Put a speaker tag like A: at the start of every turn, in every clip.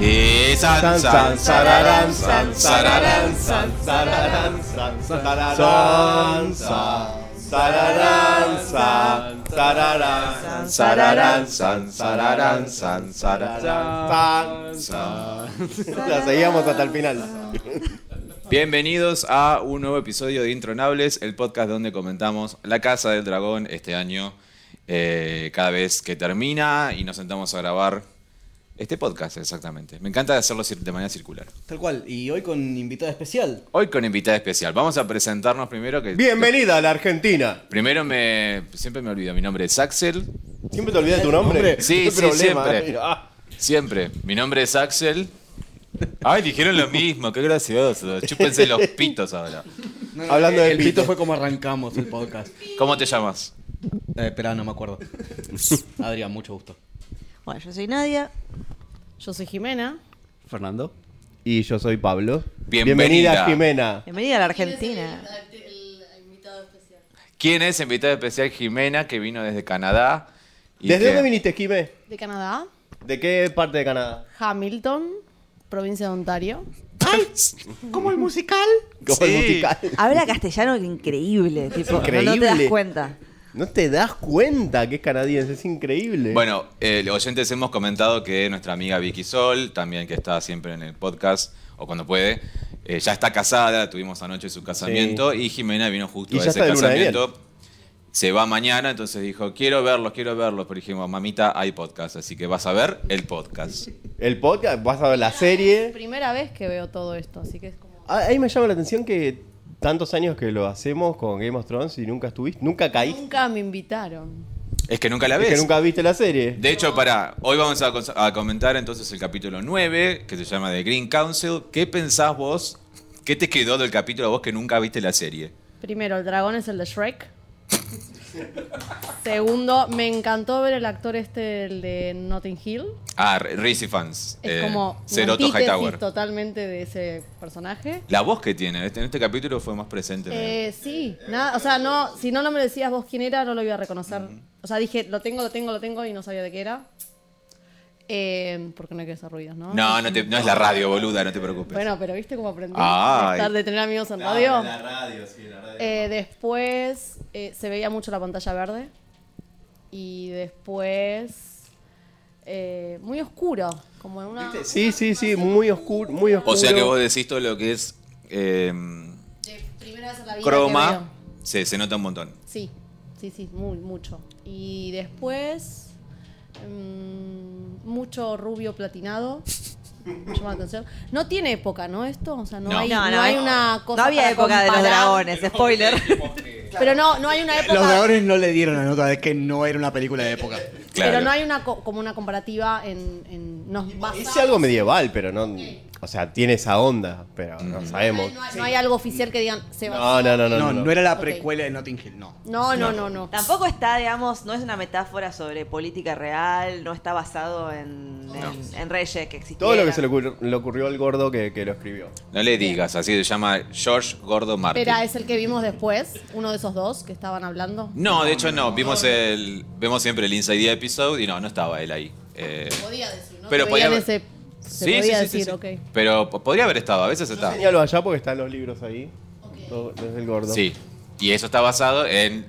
A: Eh, san, san, sararán, san, sararán, san, sararán, san, sararán, san, sararán, san, sararán, sararán, san, sararán, san, sararán, san, san. La seguíamos hasta el final.
B: Bienvenidos a un nuevo episodio de Intronables, el podcast donde comentamos La Casa del Dragón este año, eh, cada vez que termina y nos sentamos a grabar este podcast exactamente. Me encanta hacerlo cir- de manera circular.
C: Tal cual, y hoy con invitada especial.
B: Hoy con invitada especial, vamos a presentarnos primero que...
A: Bienvenida a la Argentina.
B: Primero me... Siempre me olvido, mi nombre es Axel,
A: ¿Siempre te olvidas de tu nombre?
B: Sí,
A: Qué
B: sí, siempre.
A: Ah,
B: siempre. Mi nombre es Axel. Ay, dijeron lo mismo, qué gracioso. Chúpense los pitos ahora.
A: Hablando de
C: El pito
A: pito.
C: fue como arrancamos el podcast.
B: ¿Cómo te llamas?
C: Eh, espera, no me acuerdo. Adrián, mucho gusto.
D: Bueno, yo soy Nadia. Yo soy Jimena.
E: Fernando.
A: Y yo soy Pablo.
B: Bienvenida.
A: Jimena.
D: Bienvenida a la Argentina.
B: ¿Quién es invitada especial Jimena, que vino desde Canadá? y
A: ¿Desde
B: que-
A: dónde viniste, Jimé?
F: De Canadá,
A: ¿De qué parte de Canadá?
F: Hamilton, provincia de Ontario.
A: Como el musical.
D: Habla castellano increíble, tipo, no- No, te
A: increíble.
D: das cuenta.
A: No te das cuenta que es canadiense, es increíble.
B: Bueno, eh, los oyentes hemos comentado que nuestra amiga Vicky Sol, también que está siempre en el podcast, o cuando puede, eh, ya está casada, tuvimos anoche su casamiento, y Jimena vino justo
A: Y
B: a
A: ya
B: ese
A: está de luna de miel.
B: casamiento. Se va mañana, entonces dijo, quiero verlos, quiero verlos, pero dijimos, mamita, hay podcast, así que vas a ver el podcast.
A: el podcast, vas a ver la serie.
F: Primera vez que veo todo esto, así que es como.
A: Ah, Ahí me llama la atención que tantos años que lo hacemos con Game of Thrones y nunca estuviste, nunca caíste,
F: Nunca me invitaron.
B: Es que nunca la ves.
A: que nunca viste la serie.
B: De hecho, para hoy vamos a, cons- a comentar entonces el capítulo 9, que se llama The Green Council. ¿Qué pensás vos? ¿Qué te quedó del capítulo vos que nunca viste la serie?
F: Primero, el dragón es el de Shrek. Segundo, me encantó ver el actor este, el de Notting Hill.
B: Ah, Re- Reezy Fans.
F: Es
B: eh,
F: como
B: Ceroto
F: antítesis
B: Hightower.
F: totalmente de ese personaje.
B: La voz que tiene, este- en este capítulo fue más presente.
F: Eh, sí, nada, o sea, no, si no, no me decías vos quién era, no lo iba a reconocer. O sea, dije, lo tengo, lo tengo, lo tengo y no sabía de qué era. Eh, porque no hay que hacer ruidos, ¿no?
B: no, no, te- no es la radio, boluda, no te
A: Pues
B: preocupes.
F: Bueno, pero viste cómo aprendí
B: Ay.
F: a estar- de tener amigos en radio.
A: radio, sí, la radio.
F: Eh, después eh, se veía mucho la pantalla verde. Y después. eh, muy oscuro. Como en una.
A: Sí, sí, sí, muy oscuro, muy oscuro.
B: o sea que vos decís todo lo que es eh,
F: Primera vez en la vida que
B: croma.
F: veo.
B: Se, se nota un montón.
F: Sí, sí, sí, muy, mucho. Y después. mm, mucho rubio platinado. Me llama la atención. No tiene época, ¿no? Esto. O sea, no,
B: No.
F: hay,
D: No,
F: no
D: no,
F: hay
D: no.
F: una cosa.
D: No había
F: para
D: época de los
F: comparar.
D: dragones, spoiler.
F: Pero no, no hay una época.
E: Los dragones no le dieron la nota de que no era una película de época.
B: Claro.
F: Pero no hay una co- como una comparativa en. en nos basa-
A: Es algo medieval, pero no, o sea, tiene esa onda, pero
B: Mm.
A: no sabemos.
F: No hay, no hay algo oficial que digan se
A: No,
F: va.
A: no, no, no.
E: No, no, era la
F: Ok.
E: precuela de Notting Hill, no.
F: No, no, no, no.
D: Tampoco está, digamos, no es una metáfora sobre política real, no está basado en, en, en reyes que existieron.
A: Todo lo que se le ocurrió, le ocurrió al gordo que, que lo escribió.
B: No le digas, así se llama George Gordo Martin.
F: Espera, es el que vimos después, uno de esos dos que estaban hablando.
B: No, de hecho no. Vimos el, vemos siempre el Inside the Episode y no, no estaba él ahí. Eh,
F: Podía decir, ¿no?
B: Pero
F: Se
B: podía
F: veían
B: haber-
F: ese- se podía decir, ok.
B: Pero po- podría haber estado, a veces está.
A: Señalo allá porque están los libros ahí. Todo- Es el gordo.
B: Sí. Y eso está basado en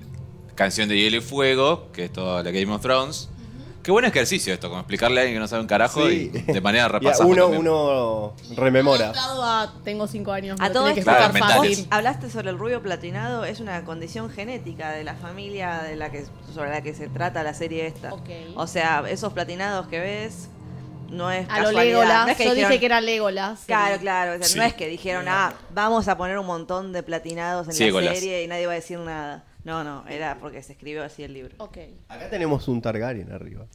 B: Canción de Hielo y Fuego, que es toda la Game of Thrones. Qué buen ejercicio esto, como explicarle a alguien que no sabe un carajo
A: Sí.
B: y de manera
A: Y a
B: repasada.
A: uno, uno rememora.
F: Adaptado a tengo cinco años.
D: A
F: me
D: todo
F: tiene que
D: esto,
B: Claro,
F: explicar
B: explicar mentales.
D: vos
B: fácil.
D: hablaste sobre el rubio platinado, es una condición genética de la familia de la que, sobre la que se trata la serie esta.
F: Ok.
D: O sea, esos platinados que ves no es
F: A lo
D: casualidad.
F: Legolas.
D: No es que
F: Yo
D: dijeron-
F: dije que era Legolas.
D: Claro, claro. o sea,
B: Sí.
D: No es que dijeron, ah, vamos a poner un montón de platinados en la
B: Ciegolas.
D: serie y nadie va a decir nada. No, no, era porque se escribió así el libro.
F: Ok.
A: Acá tenemos un Targaryen arriba.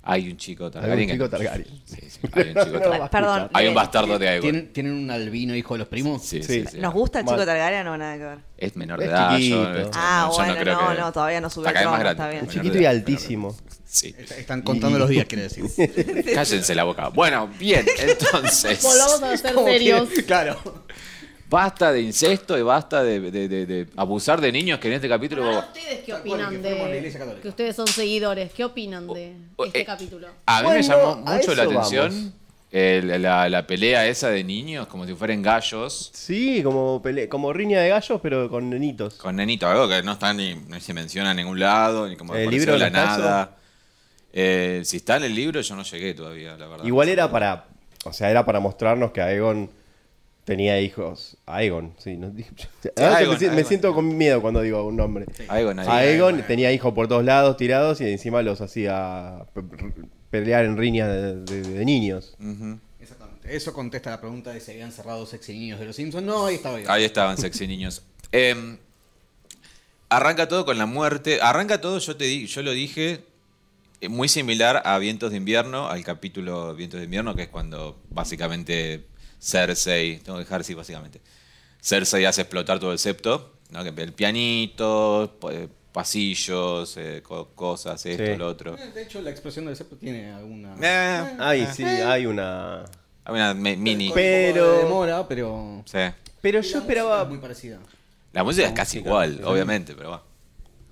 B: Hay un chico Targaryen.
A: Hay un chico
B: que-
A: Targaryen.
B: Sí, sí, hay un chico
A: No,
B: Targaryen.
A: va a
D: Perdón.
A: escuchar.
B: Hay un
D: eh,
B: bastardo de algo.
C: ¿Tienen, tienen un albino hijo de los primos?
B: Sí,
A: Sí.
B: sí, sí.
D: ¿Nos gusta el chico
A: Mal.
D: Targaryen o nada que ver?
B: Es menor
A: Es
B: de edad. Yo,
A: chiquito.
D: Ah,
B: yo
D: bueno,
B: creo
D: no,
B: que-
D: no, todavía no subió
B: Está cada vez
D: el
B: más
D: trono,
B: grande.
D: está
A: Chiquito y altísimo.
B: Sí.
E: Est- Están
C: Mm.
E: contando los días, quiere decir.
B: Cállense la boca. Bueno, bien, entonces.
F: Volvamos a ser
E: Como que-
F: serios.
E: Claro.
B: Basta de incesto y basta de, de- de- de abusar de niños que en este capítulo.
A: Ah,
F: Ahora, ¿Ustedes qué
E: que
F: opinan
E: fuéramos la Iglesia
F: de.?
E: Católica.
F: Que ustedes son seguidores. ¿Qué opinan de
B: O-
F: este
B: eh,
F: capítulo?
B: A mí me
A: Bueno,
B: llamó
A: a
B: mucho la
A: eso
B: atención
A: vamos.
B: el- la, la pelea esa de niños, como si fueran gallos,
A: Sí, como, pele- como riña de gallos, pero con nenitos.
B: con nenito, algo que no está ni, no se menciona en ningún lado, ni como
A: ¿El
B: apareció
A: libro
B: de la
A: no está eso?
B: nada. Eh, si está en el libro, yo no llegué todavía, la verdad.
A: Igual era para. O sea, era para mostrarnos que Aegon tenía hijos. Aegon, sí. no dije- Ahora
B: Aegon,
A: me, si- me
B: Aegon.
A: siento con miedo cuando digo un nombre.
B: Aegon, Aegon.
A: Aegon tenía hijos por todos lados tirados y encima los hacía pe- pelear en riñas de, de- de niños.
B: Ujú.
E: Exactamente. Eso contesta la pregunta de si habían cerrado sexy niños de los Simpsons. No, ahí estaba bien.
B: Ahí estaban, sexy niños. Em, arranca todo con la muerte. Arranca todo, yo, te di- yo lo dije, eh, muy similar a Vientos de Invierno, al capítulo Vientos de Invierno, que es cuando básicamente Cersei, tengo que dejar, sí, básicamente. Cersei hace explotar todo el septo, ¿no? Que El pianito, po- eh, pasillos, eh, co- cosas, esto,
A: Sí.
B: lo otro.
E: Eh, De hecho, la expresión del septo tiene alguna.
B: Eh,
A: Ay, sí, hay una.
B: hay una me- mini.
A: Pe- Pero-
E: Un poco de demora, pero.
B: Sí.
A: Pero yo
E: Y la música
A: esperaba.
E: es muy parecida.
B: La música es casi
A: música,
B: igual,
A: sí.
B: obviamente, pero va.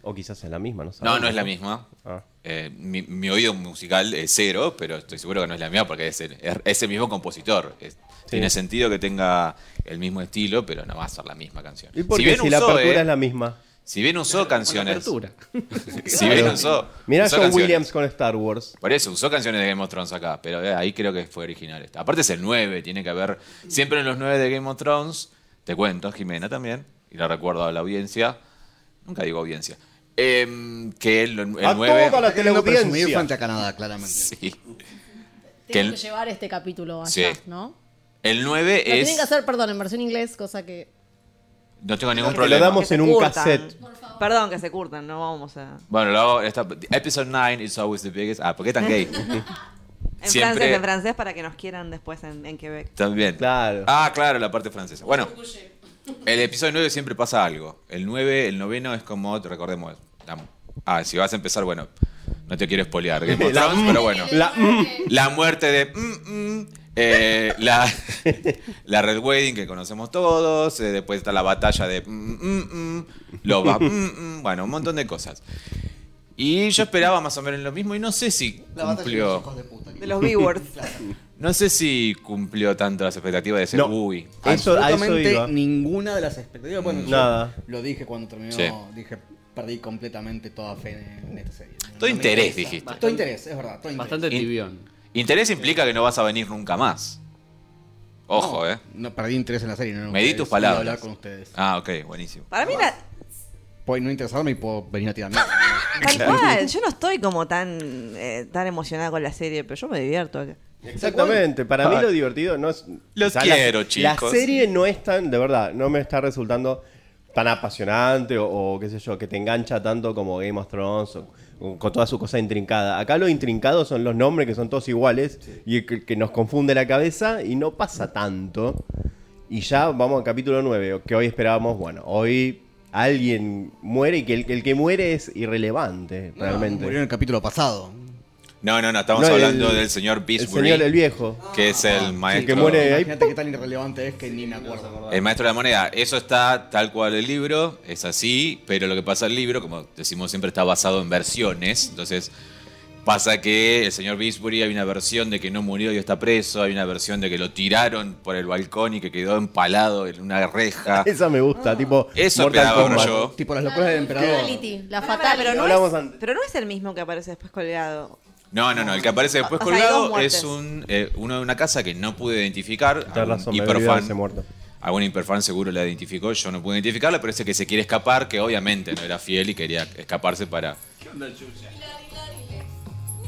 A: O quizás es la misma, no sé.
B: No, no es la misma.
A: Ah.
B: Eh, mi, mi oído musical es cero, pero estoy seguro que no es la mía porque es el, es- es el mismo compositor. Es- Tiene sentido que tenga el mismo estilo, pero no va a ser la misma canción.
A: ¿Y por qué si la
B: usó,
A: apertura
B: eh,
A: es la misma?
B: si bien usó canciones.
E: Apertura.
B: Si bien
A: Claro.
B: usó.
A: Mirá
B: usó
A: John
B: canciones.
A: Williams con Star Wars.
B: Por eso usó canciones de Game of Thrones acá, pero eh, ahí creo que fue original. esta. Aparte es el 9, tiene que haber. Siempre en los 9 de Game of Thrones, te cuento, Jimena también, y la recuerdo a la audiencia. Nunca digo audiencia. em, que el, el
A: A
B: 9.
A: toda la
E: Queriendo presumir
A: teleaudiencia.
E: frente a Canadá, claramente.
B: Sí. Que
F: Tengo
B: el-
F: que llevar este capítulo allá,
B: Sí.
F: ¿no?
B: El 9
F: Lo tienen
B: es.
F: que hacer, perdón, en versión inglés, cosa que.
B: No tengo ningún
A: Te lo
B: problema.
A: damos
D: Que se
A: en un
D: curtan.
A: cassette.
D: Perdón que se curtan, no vamos a.
B: Bueno, lo hago. Esta, episode 9 is always the biggest. Ah, ¿por qué tan gay?
D: En
B: Siempre-
D: francés, en francés para que nos quieran después en, en Quebec.
B: También.
A: Claro.
B: Ah, claro, la parte francesa. Bueno, el episodio 9 siempre pasa algo. El 9, el noveno es como, recordemos. la- ah, si vas a empezar, bueno, no te quiero espolear. Game of
A: La-
B: Thrones, pero bueno.
A: La- mm,
B: La muerte de. mm, mm, eh, la, la Red Wedding que conocemos todos. eh, después está la batalla de. mm, mm, mm, Loba. mm, mm, bueno, un montón de cosas. Y yo esperaba más o menos lo mismo y no sé si
E: La batalla de
B: cumplió.
E: los hijos de puta.
D: De los B-words.
B: No sé si cumplió tanto las expectativas de ser
A: No.
B: uy.
A: Eso, a eso
E: Absolutamente
A: iba.
E: ninguna de las expectativas. Bueno, yo
A: Nada.
E: lo dije cuando terminó.
B: Sí.
E: Dije, perdí completamente toda fe en esta serie.
B: Todo
E: me
B: interés,
E: interesa.
B: dijiste.
E: Todo interés, es verdad. Todo interés.
C: Bastante
B: Y-
C: tibión.
B: Interés implica que no vas a venir nunca más. Ojo,
E: No,
B: eh.
E: No, perdí interés en la serie. No en
B: Me di
E: ustedes.
B: tus
E: Voy a
B: palabras.
E: hablar con ustedes.
B: Ah, ok, buenísimo.
D: Para mí, la,
E: Puedo no interesarme y puedo venir a tirarme.
D: tal cual. Yo no estoy como tan, eh, tan emocionada con la serie, pero yo me divierto acá.
A: Exactamente, para mí lo divertido no es.
B: Los
A: o sea, la-
B: quiero,
A: La
B: chicos.
A: serie no es tan, de verdad, no me está resultando tan apasionante o, o qué sé yo, que te engancha tanto como Game of Thrones o, o con toda su cosa intrincada. Acá lo intrincado son los nombres que son todos iguales y que, que nos confunde la cabeza y no pasa tanto. Y ya vamos al capítulo 9, que hoy esperábamos, bueno, hoy alguien muere y que el, el que muere es irrelevante realmente.
E: Murió en el capítulo pasado.
B: No, no, no, estamos
A: No, el-
B: hablando del señor
A: el
B: Beesbury,
A: señor el viejo.
B: que es
E: Ah.
B: Ah, el maestro.
A: que muere ahí,
E: Imagínate qué tan irrelevante es que ni me acuerdo.
B: El maestro de la moneda, eso está tal cual el libro, es así, pero lo que pasa en el libro, como decimos siempre, está basado en versiones. Entonces, pasa que el señor Bisbury hay una versión de que no murió y está preso, hay una versión de que lo tiraron por el balcón y que quedó empalado en una reja.
A: Esa me gusta, tipo
B: Eso
A: Mortal
B: esperaba
A: Kombat.
B: yo.
E: Tipo las locuras del emperador.
F: Fatality, la
D: Pará,
F: fatal.
D: pero, no
A: Hablamos
D: es,
A: antes.
D: pero no es el mismo que aparece después colgado.
B: No, no, no, el que aparece después
D: O sea, hay dos
B: colgado
D: muertes.
B: es un, eh, uno de una casa que no pude identificar,
A: Tenés
B: algún
A: razón, me había olvidado de
B: hiperfan.
A: ese muerto.
B: Algún hiperfan seguro la identificó, yo no pude identificarla, pero ese que se quiere escapar, que obviamente no era fiel y quería escaparse para...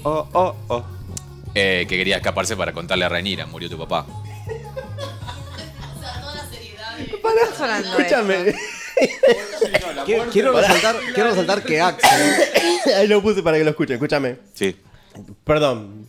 B: Oh, oh, oh. Eh, que quería escaparse para contarle a Renira, murió tu papá.
D: Está sonando
A: Escúchame,
D: esto.
E: Quiero, quiero resaltar, quiero resaltar que Axel.
A: ahí lo puse para que lo escuchen, escúchame.
B: Sí.
A: Perdón.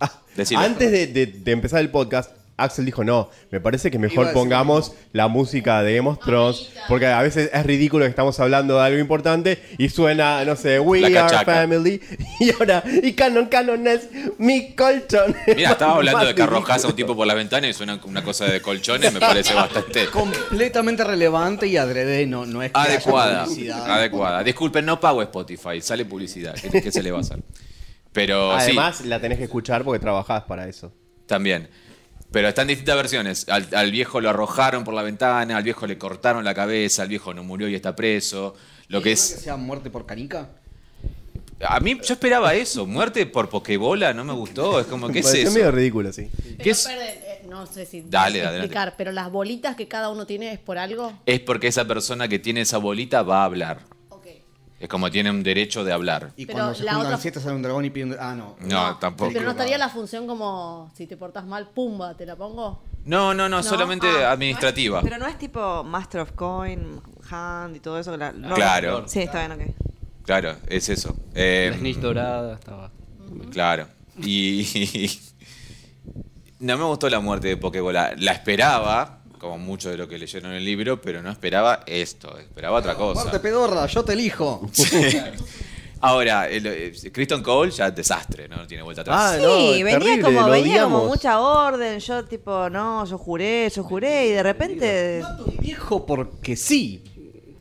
A: Ah,
B: Decilo.
A: antes de, de- de empezar el podcast, Axel dijo, no, me parece que
E: Iba a
A: mejor
E: decir
A: pongamos la música de Game of Thrones, porque a veces es ridículo que estamos hablando de algo importante y suena, no sé, We
B: La
A: Are
B: cachaca.
A: Family, y ahora, y Canon Canon es mi colchón.
B: Mira, estaba hablando de que arrojas
A: carrojas
B: a un tipo por la ventana y suena como una cosa de colchones, me parece bastante...
E: Completamente relevante y adrede, no, no es que haya
B: Adecuada.
E: publicidad.
B: Adecuada. Disculpen, no pago Spotify, sale publicidad. ¿Qué, qué se le va a hacer? Pero Oh, sí.
A: Además, la tenés que escuchar porque trabajás para eso.
B: También. Pero están distintas versiones. Al, al viejo lo arrojaron por la ventana, al viejo le cortaron la cabeza, al viejo no murió y está preso. Lo que
E: Que
B: es.
E: sea muerte por canica.
B: A mí yo esperaba eso. Muerte por Pokebola no me gustó. Es como, ¿qué es
A: Pareció medio
B: eso?
A: ridículo, sí.
B: ¿Qué
F: Pero,
B: es?
F: perdón, eh, no sé si
B: Dale,
F: no sé
B: adelante.
F: explicar, pero las bolitas que cada uno tiene es por algo.
B: Es porque esa persona que tiene esa bolita va a hablar.
F: Ok.
B: Es como tiene un derecho de hablar.
E: Y
F: Pero
E: cuando se
F: la
E: juntan
F: otra-
E: siete sale un dragón y piden. Ah, no.
B: No, tampoco.
F: Pero no estaría la función como si te portas mal, pumba, te la pongo.
B: No, no, no,
D: No,
B: solamente
D: ah,
B: administrativa.
D: no es- pero no es tipo Master of Coin, Hand y todo eso. la- no-
B: Claro.
D: Sí, está bien, ok.
B: Claro, es eso. Eh,
G: La snitch dorada estaba.
B: Claro. Y. no me gustó la muerte de Pokébola. La esperaba, como mucho de lo que leyeron en el libro, pero no esperaba esto. Esperaba otra
E: Muerte
B: cosa.
E: pedorra, yo te elijo.
B: Ahora, el, eh, Kristen Cole ya desastre, ¿no? No tiene vuelta atrás.
A: Ah, no,
D: sí, venía
A: terrible,
D: como
A: lo
D: venía como
A: odiamos.
D: mucha orden, yo tipo, no, yo juré, yo juré y de repente
E: Mato un viejo porque sí.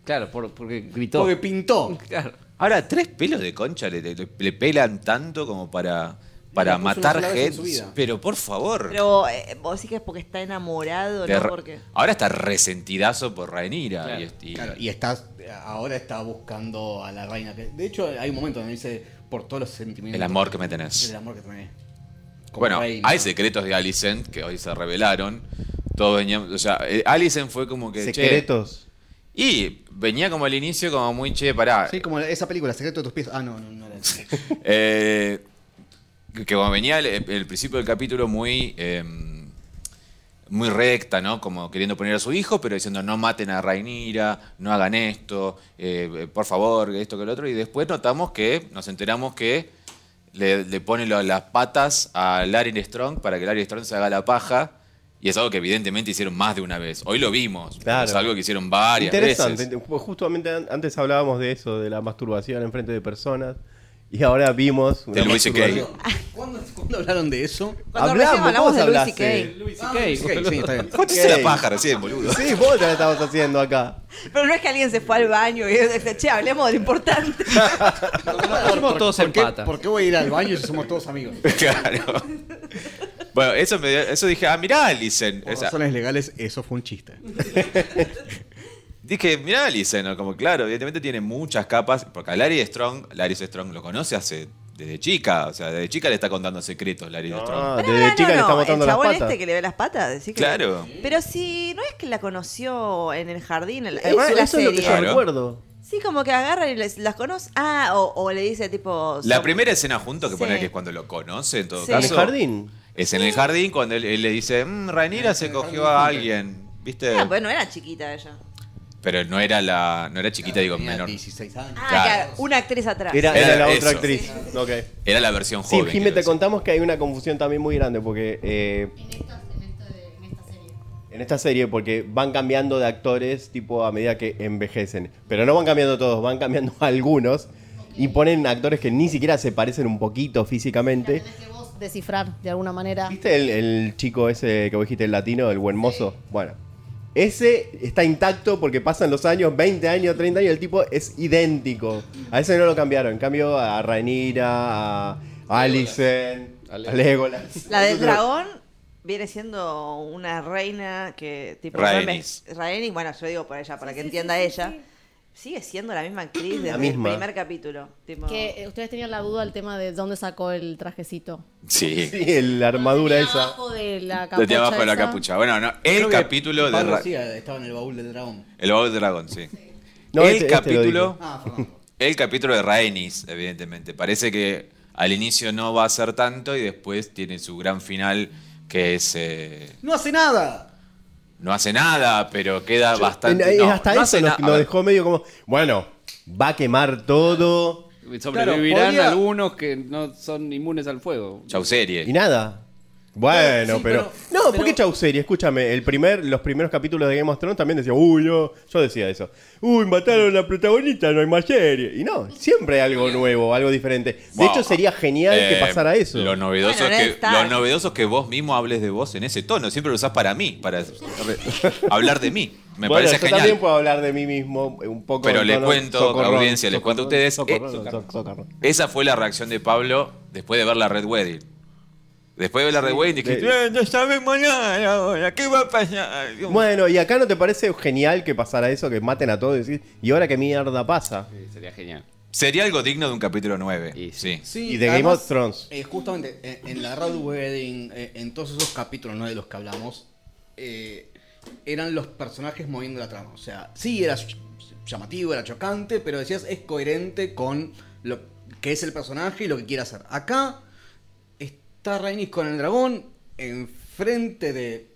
G: Claro, por- porque gritó.
E: Porque pintó.
G: Claro.
B: Ahora, tres pelos de concha le, le- le pelan tanto como para, para
E: puso una
B: matar
E: sola vez en
B: gente.
E: su vida.
B: Pero por favor.
D: pero eh, vos sí que es porque está enamorado,
B: Le-
D: no porque
B: Ahora está resentidazo por Rhaenyra.
G: Claro.
B: y es- y-
E: Claro, y está, ahora está buscando a la reina. que- De hecho, hay un momento donde dice, por todos los sentimientos.
B: el amor que me tenés.
E: El amor que tenés. Como
B: Bueno,
E: reina.
B: hay secretos de Alicent que hoy se revelaron. Todos venían. O sea, eh, Alicent fue como que. che,
A: Secretos.
B: y venía como al inicio, como muy che, pará.
E: Sí, como esa película, Secreto de tus pies. Ah, no, no, no. la-
B: Eh, que que como venía el, el principio del capítulo muy. eh, muy recta, ¿no? Como queriendo poner a su hijo, pero diciendo no maten a Rainira, no hagan esto, eh, por favor, esto que lo otro. Y después notamos que, nos enteramos que le, le pone lo- las patas a Larry Strong para que Larry Strong se haga la paja. Y es algo que evidentemente hicieron más de una vez. Hoy lo vimos. pero Es
A: Claro.
B: algo que hicieron varias
A: Interesante.
B: veces.
A: Justamente an- antes hablábamos de eso, de la masturbación en frente de personas. Y ahora vimos. una
B: De Louis C.K.
A: masturbación.
E: ¿Cuándo, cuándo hablaron de eso?
D: cuando
A: Hablamos,
D: recién hablamos
A: vos
D: de Lucy
A: hablaste.
D: Kay.
G: Luis
E: Ah, sí, sí, está bien.
B: ¿Cuánto hice la paja recién, boludo?
A: Sí, vos te la estabas haciendo acá.
D: Pero no es que alguien se fue al baño y dice, che, hablemos de lo importante.
G: Somos todos en
E: ¿Por qué,
G: pata.
E: por qué voy a ir al baño si somos todos amigos?
B: Claro. Bueno, eso, me dio- eso dije, ah, mirá, Alicen.
E: Por
B: O sea,
E: razones legales, eso fue un chiste.
B: dije, mirá, Alicen. ¿no? Como claro, evidentemente tiene muchas capas. Porque a Larry Strong, Larry Strong lo conoce hace desde chica. O sea, desde chica le está contando secretos Larry Strong.
A: Ah, desde chica le está botando
D: el
A: las
D: chabón
A: patas.
D: este que le ve las patas, decí que-
B: Claro.
D: Pero si no es que la conoció en el jardín, en la, en
A: Eso,
D: la
A: eso es lo que yo
D: serie.
B: Claro.
A: recuerdo.
D: Sí, como que agarra y les- las conoce. Ah, o, o le dice tipo.
B: La
D: som-
B: primera escena junto que
D: Sí.
B: pone que es cuando lo conoce, en todo
D: Sí.
A: En
B: caso.
A: el jardín.
B: Es en el jardín cuando él, él le dice, mmm, Rhaenyra se cogió a alguien. ¿Viste?
D: Ah, pues no era chiquita ella.
B: Pero no era la. No era chiquita, digo,
E: Ah, Tenía
B: menor.
E: 16 años.
D: Ah,
B: Claro.
D: claro, una actriz atrás.
A: Era,
B: Era
A: era la
B: eso.
A: otra actriz. Ok.
B: Era la versión
A: Sí,
B: joven.
A: Jimé,
B: quiero
A: te
B: decir.
A: contamos que hay una confusión también muy grande porque eh,
H: En esta, en esta, de- en esta serie.
A: en esta serie porque van cambiando de actores tipo a medida que envejecen, pero no van cambiando todos, van cambiando algunos y ponen actores que ni siquiera se parecen un poquito
F: La
A: físicamente.
F: tenés que vos descifrar de alguna manera.
A: ¿Viste el, el chico ese que vos dijiste el latino, el buen mozo? Bueno, ese está intacto porque pasan los años, 20 años, 30 años, el tipo es idéntico. A ese no lo cambiaron, en cambio a Rhaenyra, a Alicent, a
G: Legolas.
A: Legolas.
D: La del
A: Eso-
D: dragón viene siendo una reina que tipo
B: Rhaenys.
D: no me- Rhaenys, bueno, yo digo por ella, para que entienda ella. Sigue siendo la misma actriz desde
A: misma.
D: el primer capítulo. Tipo,
F: Que eh, ustedes tenían la duda del tema de dónde sacó el trajecito.
B: Sí.
A: Sí, el- la armadura
F: Tenía
A: esa.
F: Abajo de la
B: Lo tenía
F: capucha
B: abajo de la
F: esa.
B: capucha. Bueno, no, el
E: Creo que
B: capítulo de
E: Pablo
B: Ra-
E: sí, estaba en el baúl del dragón.
B: El baúl del dragón, sí.
A: No,
B: el
A: este- este lo
B: capítulo,
A: dijo.
E: Ah, Fernando.
B: el capítulo de Rhaenys, evidentemente. Parece que al inicio no va a ser tanto y después tiene su gran final que es eh,
E: ¡No hace nada!
B: no hace nada, pero queda
A: Yo-
B: bastante.
A: en- eh,
B: no,
A: hasta
B: no
A: eso
B: hace
A: nos,
B: na- a
A: nos
B: ver,
A: dejó medio como, bueno, va a quemar todo
G: Sobrevivirán
E: Claro, podía-
G: algunos que no son inmunes al fuego.
B: Chau serie.
A: y nada. Bueno,
E: Sí,
A: pero,
E: pero-
A: No, ¿por qué
E: pero-
A: Chauceria? Escúchame, el primer, los primeros capítulos de Game of Thrones también decía, uy, no, yo decía eso. Uy, mataron a la protagonista, no hay más serie. Y no, siempre hay algo nuevo, algo diferente. De
B: Wow.
A: hecho, sería genial
B: Eh,
A: que pasara eso.
B: Lo novedoso,
D: Bueno, Ned
B: es que, lo
D: Stark.
B: novedoso es que vos mismo hables de vos en ese tono. Siempre lo usás para mí, para re- hablar de mí. Me
A: Bueno,
B: parece
A: yo también
B: genial.
A: puedo hablar de mí mismo eh, un poco.
B: Pero
A: en
B: le
A: tono
B: cuento,
A: socorrón,
B: audiencia, les cuento a ustedes,
A: socorrón,
B: eh,
A: socorrón, socorrón.
B: Esa fue la reacción de Pablo después de ver la Red Wedding. Después de la rewind dijiste,
A: de-
B: "Eh, no sabemos nada ahora, ¿qué va a pasar? Dios
A: Bueno, ¿y acá no te parece genial que pasara eso, que maten a todos y decir, ¿y ahora qué mierda pasa?
G: Sí, sería genial.
B: Sería algo digno de un capítulo 9.
G: Y
B: sí.
G: sí.
E: Sí,
A: Y de Game of Thrones.
E: eh, justamente eh, en, la Red Wedding, eh, en todos esos capítulos ¿no? de los que hablamos, eh, eran los personajes moviendo la trama. O sea, sí, era ch- llamativo, era chocante, pero decías es coherente con lo que es el personaje y lo que quiere hacer. Acá está Rhaenys con el dragón enfrente de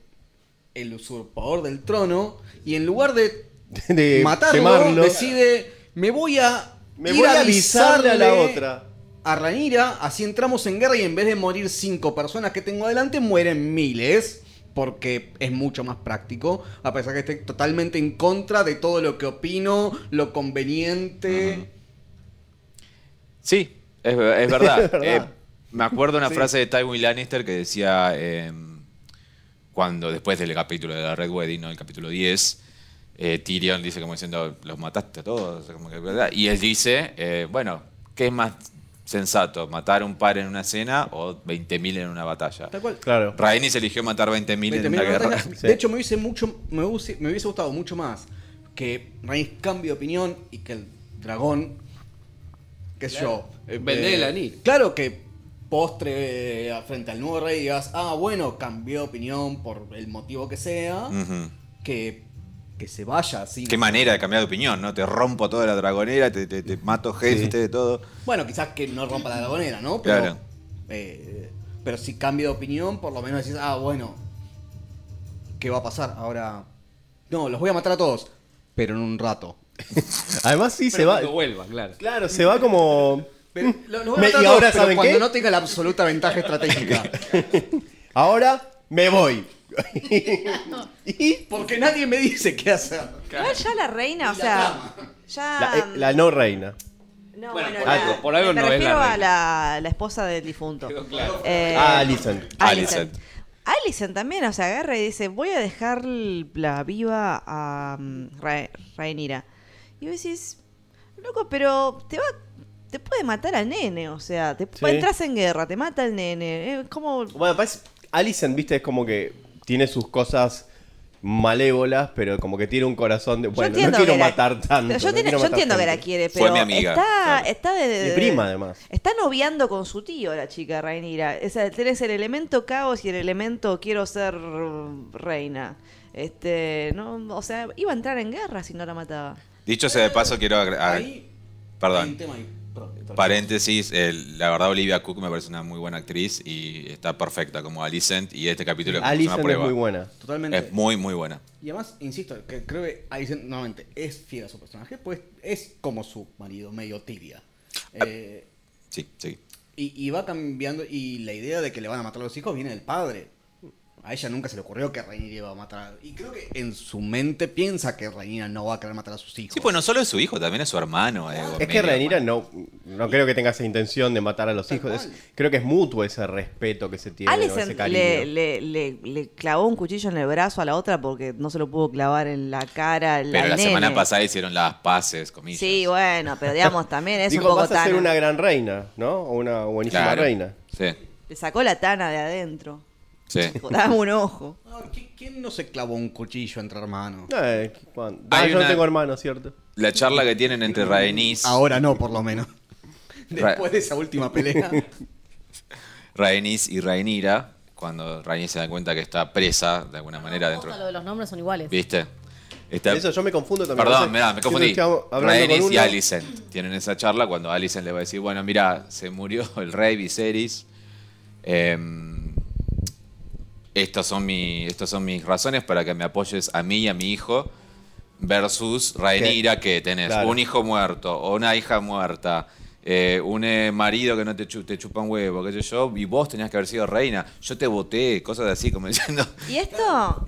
E: el usurpador del trono y en lugar de,
A: De
E: matarlo,
A: eh, quemarlo.
E: decide me voy a
A: Me
E: ir
A: voy a
E: avisarle
A: avisarle a la otra.
E: a Ranira, así entramos en guerra y en vez de morir cinco personas que tengo adelante, mueren miles. Porque es mucho más práctico, a pesar que esté totalmente en contra de todo lo que opino, lo conveniente.
B: Sí, es, ver- es verdad.
A: Es verdad.
B: Eh, me acuerdo una frase de Tywin Lannister que decía, eh, cuando después del capítulo de la Red Wedding, ¿no? el capítulo 10, eh, Tyrion dice como diciendo, los mataste a todos. como que, ¿verdad? Y él dice, eh, bueno, ¿qué es más sensato? ¿Matar un par en una cena o 20.000 en una batalla?
E: Tal cual.
A: Claro.
B: Rhaenys eligió matar 20.000 en
E: 20.000
B: una guerra.
E: batallas.
A: Sí.
E: De hecho, me hubiese, mucho, me, hubiese, me hubiese gustado mucho más que Raíz cambie de opinión y que el dragón, qué sé yo,
G: Eh, vende el anillo.
E: Claro que postre eh, frente al nuevo rey y digas, ah, bueno, cambió de opinión por el motivo que sea,
B: Ujú.
E: que, que se vaya así.
B: Qué manera de cambiar de opinión, ¿no? Te rompo toda la dragonera, te, te- te mato gente, de todo.
E: Bueno, quizás que no rompa la dragonera, ¿no?
B: Claro.
E: eh, pero si cambia de opinión, por lo menos decís, ah, bueno, ¿qué va a pasar? Ahora, no, los voy a matar a todos, pero en un rato.
A: Además sí se va.
G: Cuando vuelva, claro.
A: Claro, se va como.
E: Pero, lo- los voy a
A: Me-
E: matar
A: y
E: a todos,
A: ahora
E: pero
A: saben
E: cuando
A: qué?
E: no tenga la absoluta ventaja estratégica.
A: Ahora me voy.
E: y porque nadie me dice qué hacer.
D: Igual ya la reina, o
E: Y la
D: sea. Ya.
A: La, eh, la no reina.
D: No,
G: Bueno,
D: bueno,
G: por
D: la-
G: algo- por algo
D: me
G: no es la
D: refiero a
G: reina.
D: la, la esposa del difunto.
G: Quedó claro.
D: Eh,
A: Ah, Alison.
D: Alison.
B: Alison.
D: Alison también, o sea, agarra y dice, voy a dejar la viva a mm, Ra- Rhaenyra. Y vos decís, loco, pero te va, te puede matar al nene, o sea, te
A: Sí.
D: entras en guerra, te mata el nene. eh, ¿Cómo?
A: Bueno, parece. Alison, viste, es como que tiene sus cosas malévolas, pero como que tiene un corazón de. Bueno, no quiero
D: que la-
A: matar tanto.
D: Yo,
A: no
D: tiene-
A: quiero
D: yo
A: matar
D: entiendo que la
A: tanto.
D: quiere,
B: Fue
D: pero
B: mi amiga,
D: está,
B: claro.
D: está de, de-
A: Mi prima, además.
D: Está noviando con su tío la chica Rhaenyra. O sea, tenés el elemento caos y el elemento quiero ser mm, reina. Este, no, o sea, iba a entrar en guerra si no la mataba.
B: Dicho sea de paso, quiero agregar.
E: Ahí hay un
B: Perdón.
E: tema ahí. Perdón, perdón.
B: Paréntesis, el- la verdad Olivia Cook me parece una muy buena actriz y está perfecta como Alicent y este capítulo es como
A: Alison
B: una
A: es
B: prueba.
A: muy buena.
E: Totalmente.
B: Es muy muy buena.
E: Y además, insisto, que creo que ahí se- nuevamente es fiel a su personaje, pues es como su marido, medio tibia.
B: Ah.
E: Eh,
B: Sí, sí.
E: y, y va cambiando, y la idea de que le van a matar a los hijos viene del padre. A ella nunca se le ocurrió que Rhaenyra iba a matar. Y creo que en su mente piensa que Rhaenyra no va a querer matar a sus hijos.
B: Sí, pues no solo es su hijo, también es su hermano. eh,
A: Es que
B: Gormiti.
A: Rhaenyra no, no creo que tenga esa intención de matar a los hijos. Es- creo que es mutuo ese respeto que se tiene. o
D: Alison
A: ese cariño.
D: le, le- le- le clavó un cuchillo en el brazo a la otra porque no se lo pudo clavar en la cara.
B: Pero
D: al
B: la
D: nene.
B: semana pasada hicieron las paces, comillas.
D: Sí, bueno, pero digamos también es
A: Dijo,
D: un poco
A: vas a ser
D: tana.
A: una gran reina, ¿no? O una buenísima
B: Claro.
A: reina.
B: Sí,
D: Le sacó la tana de adentro.
B: sí.
D: Dame un ojo.
E: Ah, ¿qui- ¿Quién no se clavó un cuchillo entre hermanos?
A: No, eh, Juan. Ah,
B: Hay
A: yo no
B: una-
A: tengo hermano, ¿cierto?
B: La charla que tienen entre Rhaenys,
E: Ahora no, por lo menos.
B: Ra-
E: Después de esa última pelea.
B: Rhaenys y Rhaenyra, cuando Rhaenys se da cuenta que está presa de alguna manera dentro.
F: Posta, Lo de los nombres son iguales.
B: ¿Viste? Está-
A: Eso yo me confundo también.
B: Perdón,
A: Entonces,
B: mirá, me
A: siento
B: confundí.
A: que estamos hablando
B: Rhaenys
A: con
B: y
A: uno.
B: Alicent tienen esa charla cuando Alicent le va a decir, bueno, mira, se murió el rey Viserys. em, estos son, mi, estos son mis razones para que me apoyes a mí y a mi hijo versus Rhaenyra que tenés
A: Claro.
B: un hijo muerto o una hija muerta, eh, un eh, marido que no te, chu- te chupa un huevo, qué sé yo, y vos tenías que haber sido reina, yo te voté, cosas así como diciendo...
D: Y esto,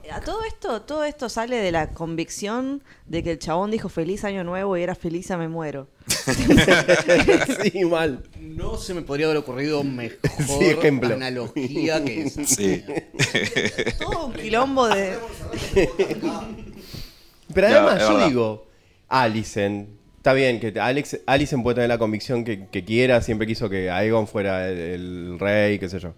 D: a todo esto, todo esto sale de la convicción de que el chabón dijo feliz año nuevo y era feliz a me muero.
A: sí, mal.
E: No se me podría haber ocurrido mejor
A: Sí, ejemplo.
E: analogía que esa.
B: Sí.
D: Todo un quilombo de.
A: Pero
B: No,
A: además,
B: es
A: yo
B: verdad.
A: digo, Alicent, está bien que Alex, Alicent puede tener la convicción que, que quiera, siempre quiso que Aegon fuera el, el rey, qué sé yo.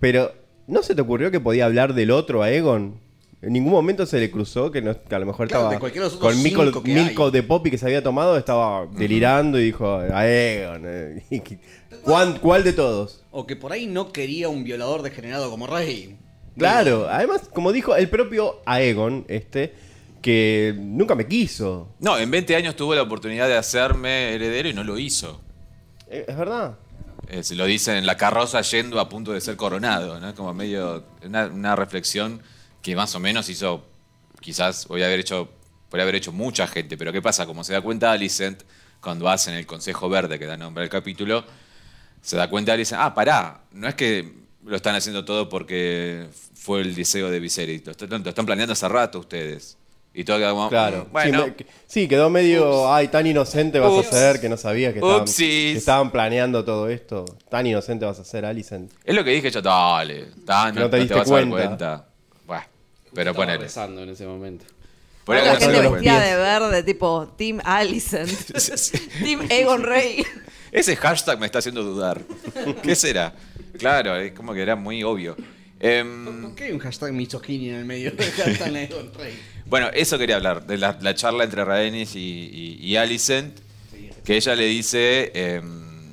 A: Pero, ¿no se te ocurrió que podía hablar del otro a Egon? En ningún momento se le cruzó que, no- que a lo mejor
E: Claro, de
A: estaba
E: cualquiera de los otros
A: con Mico,
E: cinco que
A: Milko
E: hay.
A: de Poppy que se había tomado, estaba delirando y dijo a Egon. eh, y que- ¿Cuán- ¿Cuál de todos?
E: O que por ahí no quería un violador degenerado como Rey.
A: Claro, además, como dijo el propio Aegon, este, que nunca me quiso.
B: No, en 20 años tuvo la oportunidad de hacerme heredero y no lo hizo.
A: Eh, Es verdad.
B: Eh, se lo dicen en la carroza yendo a punto de ser coronado, ¿no? Como medio una, una reflexión que más o menos hizo, quizás podría haber hecho, podría haber hecho mucha gente, pero ¿qué pasa? Como se da cuenta Alicent cuando hacen el Consejo Verde que da nombre al capítulo, se da cuenta Alicent, ah, pará, no es que lo están haciendo todo porque fue el deseo de Viserys, lo, están- lo están planeando hace rato ustedes. Y todo queda como,
A: Claro.
B: "Mm, bueno,
A: Sí, me- que- sí, quedó medio. Ay, tan inocente vas
B: Ups.
A: a ser que no sabías que estaban,
B: Upsis.
A: que estaban planeando todo esto. Tan inocente vas a ser, Alicent.
B: es lo que dije yo, dale, ta,
A: Que
B: no,
A: no te
B: no
A: diste
B: vas a dar
A: cuenta".
B: cuenta. Buah, pero
G: Estaba
B: ponele.
G: rezando en ese momento.
B: Por ahí
D: la
B: no se
D: gente
B: da
D: vestida
B: cuenta.
D: de verde, tipo Team Allison, Team Egon Rey.
B: Ese hashtag me está haciendo dudar. ¿Qué será? Claro, es como que era muy obvio. Em,
E: ¿Por qué hay un hashtag misoginia en el medio del hashtag de Don Rey?
B: bueno, eso quería hablar, de la, la charla entre Rhaenys y, y- y Alicent, que ella le dice, em,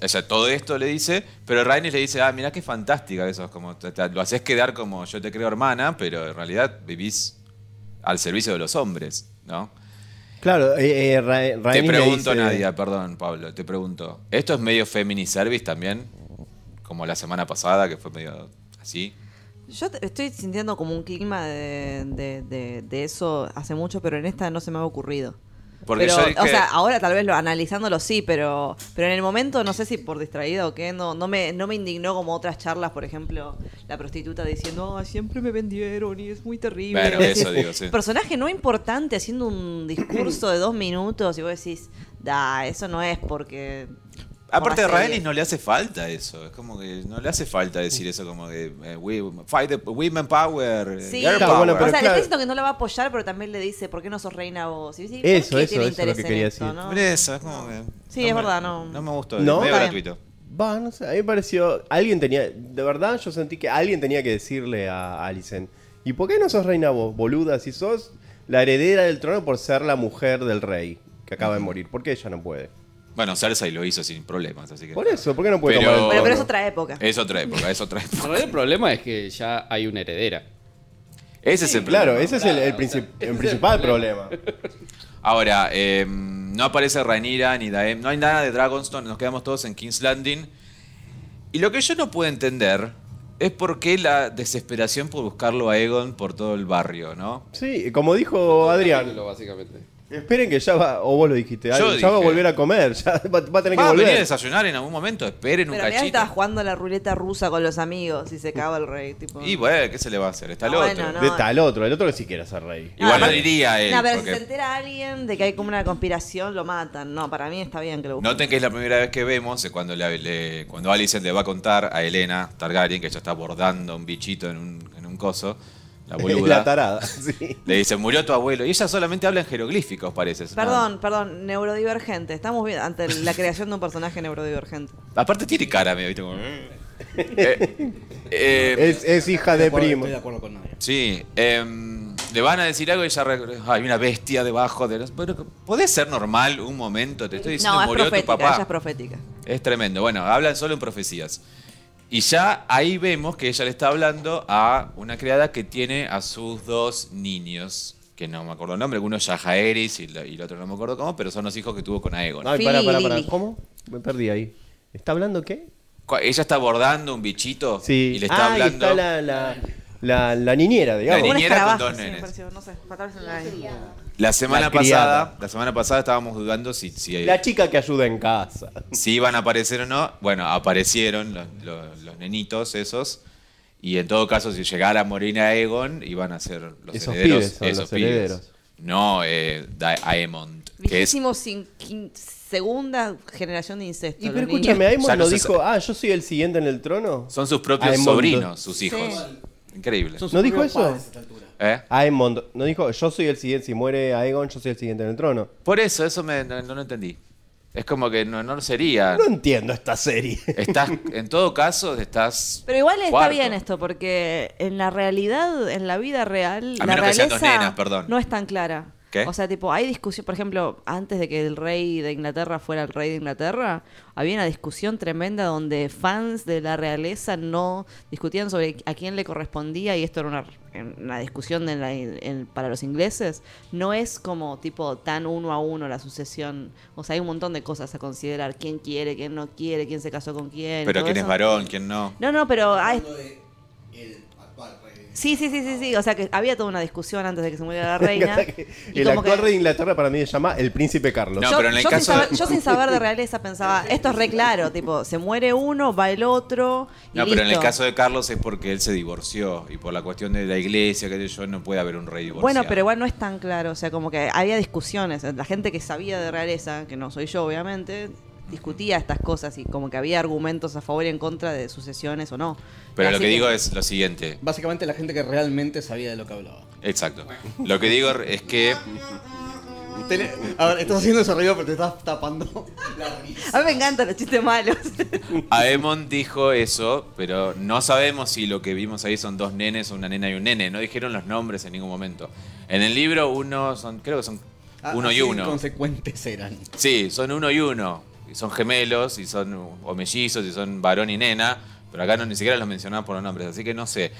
B: ella todo esto le dice, pero Rhaenys le dice, ah, mirá qué fantástica eso, es como, te- te- lo haces quedar como yo te creo hermana, pero en realidad vivís al servicio de los hombres, ¿no?
A: Claro, eh, eh, Ra-
B: Te
A: Rhaenyra
B: pregunto,
A: dice-
B: Nadia, perdón, Pablo, te pregunto. ¿Esto es medio Femini Service también? Como la semana pasada, que fue medio así.
D: Yo te- estoy sintiendo como un clima de, de- de- de eso hace mucho, pero en esta no se me ha ocurrido.
B: Porque
D: Pero,
B: yo dije-
D: O sea, ahora tal vez lo analizándolo sí, pero, pero en el momento no sé si por distraída o qué, no, no, me, no me indignó como otras charlas, por ejemplo, la prostituta diciendo, "Ay, siempre me vendieron y es muy terrible.
B: Bueno,
D: Decís,
B: eso digo, sí.
D: Personaje no importante haciendo un discurso de dos minutos y vos decís, da, eso no es porque...
B: Aparte de
D: por la
B: Rhaenys
D: serie".
B: no le hace falta eso. Es como que no le hace falta decir eso como que eh, we- fight the women power, eh,
D: Sí,
B: girl
A: Claro,
B: power.
A: bueno,
D: o
A: pero
D: sea, le
A: claro.
D: está diciendo que no la va a apoyar, pero también le dice, ¿por qué no sos reina vos? Y dice, ¿por
A: Eso,
D: qué
A: eso, eso es lo que
D: en
A: quería decir.
D: ¿no?
B: Por eso, es como que...
D: Sí,
B: no
D: es
B: me-
D: verdad, no.
B: No me gustó,
A: ¿No?
B: es medio
D: Está bien.
B: gratuito.
A: Va, no sé, a mí me pareció. Alguien tenía. De verdad, yo sentí que alguien tenía que decirle a Alicent. ¿Y por qué no sos reina vos, boluda? Si sos la heredera del trono por ser la mujer del rey que acaba de morir. ¿Por qué ella no puede?
B: Bueno, Cersei lo hizo sin problemas, así que...
A: Por eso, ¿por qué no puede
B: Pero-
A: tomar el
D: Bueno, pero es
A: trono?
D: otra época.
B: Es otra época, es otra época.
G: En realidad el problema es que ya hay una heredera.
B: Ese es el problema.
A: Claro, ese es el, el princip- el principal problema.
B: Ahora, eh, no aparece Rhaenyra ni Daem, no hay nada de Dragonstone, nos quedamos todos en King's Landing. Y lo que yo no puedo entender es por qué la desesperación por buscarlo a Egon por todo el barrio, ¿no?
A: Sí, como
E: Oh,
A: dijo Adrián,
G: Capítulo, básicamente.
A: Esperen que ya va, o vos lo dijiste,
B: Yo
A: ya
B: dije.
A: va a volver a comer, ya va, va a tener
B: Va a
A: que
B: venir a
A: volver.
B: desayunar en algún momento, esperen un
D: Pero ya
B: cachito. Uh,
D: estaba jugando a la ruleta rusa con los amigos y se acaba el rey. Tipo.
B: Y bueno, ¿qué se le va a hacer? Está el
D: Ah,
B: otro.
D: bueno, no.
A: De tal otro, el otro que sí quiere ser rey.
D: No,
B: Igual no,
D: aparte-
B: diría él.
D: No, pero
B: porque
D: si se entera alguien de que hay como una conspiración, lo matan. No, para mí está bien que lo busquen.
B: Noten que es la primera vez que vemos eh, cuando, le- le- cuando Alicent le va a contar a Elena Targaryen, que ya está bordando un bichito en un, en un coso, la boluda.
A: La tarada. sí.
B: Le dice, murió tu abuelo. Y ella solamente habla en jeroglíficos, parece. Es una-
D: Perdón, perdón, neurodivergente. Estamos vi- ante la creación de un personaje neurodivergente.
B: Aparte tiene cara, medio, ¿viste? Como... Eh, eh,
A: Es, es hija
E: Estoy
A: de
E: acuerdo-
A: primo.
E: Estoy de acuerdo con nadie.
B: Sí. em, le van a decir algo y ella... re- Hay una bestia debajo de... Los... Bueno, ¿podés ser normal un momento? Te estoy diciendo,
D: No, es
B: murió tu papá.
D: profética, ella es profética.
B: Es tremendo. Bueno, hablan solo en profecías. Y ya ahí vemos que ella le está hablando a una criada que tiene a sus dos niños, que no me acuerdo el nombre, uno es Jaeris y, la- y el otro no me acuerdo cómo, pero son los hijos que tuvo con Aegon.
A: Ay, pará, pará, pará.
D: Filili.
A: ¿Cómo? Me perdí ahí. ¿Está hablando qué?
B: Cu- Ella está abordando un bichito
A: Sí.
B: y le está
A: Ah, y
B: hablando.
A: está la, la, la, la niñera, digamos.
B: La
D: Como un
B: niñera con
D: escarabajo,
B: dos
D: sí, me
B: nenes.
D: pareció, no sé, tal vez en la-
B: La semana
A: La criada.
B: pasada, la semana pasada estábamos dudando si, si,
A: La chica que ayuda en casa.
B: si iban a aparecer o no. Bueno, aparecieron los, los- los nenitos esos. Y en todo caso, si llegara Morina Egon, iban a ser los
A: Esos
B: herederos.
A: pibes son
B: esos
A: los
B: pibes.
A: herederos.
B: No eh, Da- Aemond. Que es,
D: Vigésimo sin- quin- segunda generación de incesto.
A: Y
D: los
A: pero
D: niños.
A: escúchame,
B: Ya
A: Aemon
B: no
A: no
B: se
A: dijo, ah, yo soy el siguiente en el trono.
B: son sus propios
A: Aemond.
B: sobrinos, sus hijos. Increíble.
E: Son sus
A: ¿No dijo
E: propios
A: eso?
E: padres a esta altura.
B: ¿Eh?
A: Aemon no dijo, yo soy el siguiente, si muere Aegon, yo soy el siguiente en el trono.
B: Por eso, eso me- no, no lo entendí. Es como que no, no sería.
A: No entiendo esta serie.
B: Estás, en todo caso, estás.
D: Pero igual está
B: cuarto.
D: bien esto, porque en la realidad, en la vida real,
B: A
D: la
B: menos que sean
D: realeza
B: dos nenas, perdón.
D: no es tan clara.
B: ¿Qué?
D: O sea, tipo, hay discusión, por ejemplo, antes de que el rey de Inglaterra fuera el rey de Inglaterra, había una discusión tremenda donde fans de la realeza no discutían sobre a quién le correspondía y esto era una, una discusión en la- en- para los ingleses. No es como tipo tan uno a uno la sucesión. O sea, hay un montón de cosas a considerar. ¿Quién quiere, quién no quiere, quién se casó con quién?
B: Pero
D: todo
B: quién es
D: eso.
B: varón, quién no.
D: No, no, pero... hay-
E: Hablando de el actual pues. rey.
D: Sí, sí, sí, sí, sí. O sea que había toda una discusión antes de que se muriera la reina. y
A: el
D: como
A: actual
D: que-
A: rey de Inglaterra para mí se llama el príncipe Carlos.
B: No,
D: yo,
B: pero en el
D: yo
B: caso-
D: sin saber, yo sin saber de realeza pensaba, esto es re claro, tipo, se muere uno, va el otro. y
B: No, pero en el
D: listo.
B: caso de Carlos es porque él se divorció y por la cuestión de la iglesia, que yo, no puede haber un rey divorciado.
D: Bueno, pero igual no es tan claro, o sea, como que había discusiones. La gente que sabía de realeza, que no soy yo obviamente, discutía estas cosas y como que había argumentos a favor y en contra de sucesiones o no.
B: Pero lo
D: Así
B: que digo es lo siguiente.
E: Básicamente la gente que realmente sabía de lo que hablaba.
B: Exacto. Lo que digo es que.
E: Tele- A ver, estás haciendo ese ruido pero te estás tapando la nariz.
D: A mí me encantan los chistes malos.
B: Aemon dijo eso, pero no sabemos si lo que vimos ahí son dos nenes, una nena y un nene. No dijeron los nombres en ningún momento. En el libro uno son, creo que son uno y
E: Ah, Así
B: uno.
E: Inconsecuentes eran.
B: Sí, son uno y uno. Y son gemelos, y son o mellizos, y son varón y nena. Pero acá no ni siquiera los mencionaban por los nombres, así que no sé.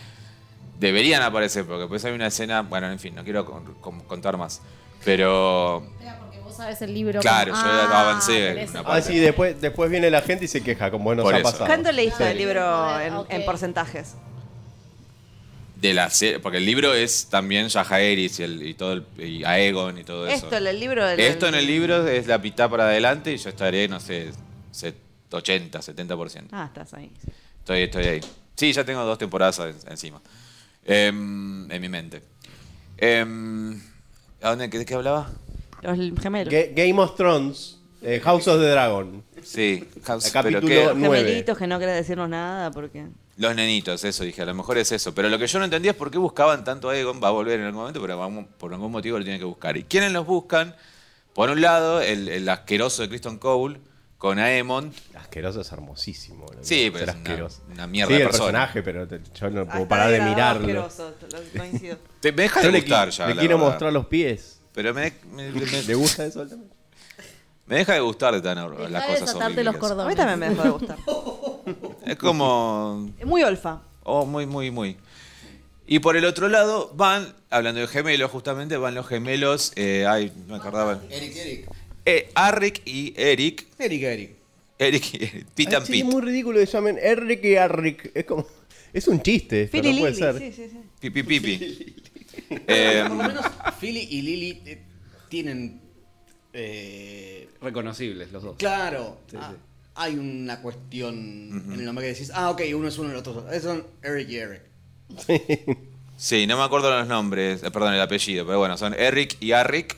B: Deberían aparecer, porque después hay una escena. Bueno, en fin, no quiero con- con- contar más. Pero.
F: Era porque vos sabes el libro.
B: Claro,
F: como-
B: yo
F: Ah,
B: avancé
F: por eso.
B: una
A: Ah, sí, después, después viene la gente y se queja, como nos
B: Por
A: ha
B: eso.
A: pasado.
D: ¿Cuánto leíste
A: Sí.
D: del libro en,
F: Ok.
D: en porcentajes?
B: De la serie, porque el libro es también ya Jaeris y, el- y todo el- y Aegon y todo eso.
D: Esto, en el libro del...
B: Esto en el libro es la mitad para adelante y yo estaré, no sé, set- 80, 70%.
D: Ah, estás ahí. sí.
B: Estoy, estoy ahí. Sí, ya tengo dos temporadas en- encima. Em, en mi mente. Em, ¿A dónde de qué hablaba?
D: Los gemelos.
A: Ga- Game of Thrones, eh, House of the Dragon.
B: Sí, House,
A: Capítulo
B: pero ¿qué?
A: nueve.
D: Gemelitos que no querés decirnos nada porque...
B: Los nenitos, eso dije, a lo mejor es eso. Pero lo que yo no entendía es por qué buscaban tanto a Aegon, va a volver en algún momento, pero vamos- por algún motivo lo tienen que buscar. ¿Y quiénes los buscan? Por un lado, el, el asqueroso de Kristen Cole con Aemon.
A: Asqueroso es hermosísimo. boludo.
B: Sí, pero
A: Ser
B: es una-
A: asqueroso.
B: una mierda
A: Sí,
B: de
A: el
B: persona.
A: personaje, pero te- yo no puedo
D: Hasta
A: parar de
D: degradado,
A: mirarlo.
D: asqueroso, lo- coincido.
B: Te, me deja
A: Yo
B: de
A: le,
B: gustar
A: qui-
B: ya.
A: le
B: la
A: quiero
B: verdad.
A: mostrar los pies.
B: Pero me, me- me-
A: ¿Le gusta eso?
B: me deja de gustar de tan hor-
F: Dejá
B: las
F: de
B: cosas
F: desatarte
B: horribles.
F: los
D: A mí
F: cordones.
D: también me dejó de gustar.
B: Es como.
D: Es Muy olfa.
B: Oh, muy, muy, muy. Y por el otro lado van, hablando de gemelos, justamente, van los gemelos. eh, ay, no me acordaba.
E: Eric, Eric.
B: Eh, Arrik y Eric.
E: Eric, Eric.
B: Eric y Eric. Pit and
A: es
B: Pit.
A: muy ridículo que llamen Eric y Arrick. Es como. Es un chiste, esto,
D: Fili
A: no puede
D: Lili,
A: ser.
D: sí, sí, sí.
B: Pipi pipi. Eh,
E: Por lo menos Philly y Lily eh, tienen. eh,
G: Reconocibles los dos.
E: claro. ah, Hay una cuestión en el nombre que decís, ah, ok, uno es uno y el otro es otro. Esos son Eric y Eric.
B: sí, no me acuerdo los nombres, eh, perdón, el apellido, pero bueno, son Eric y Arrick.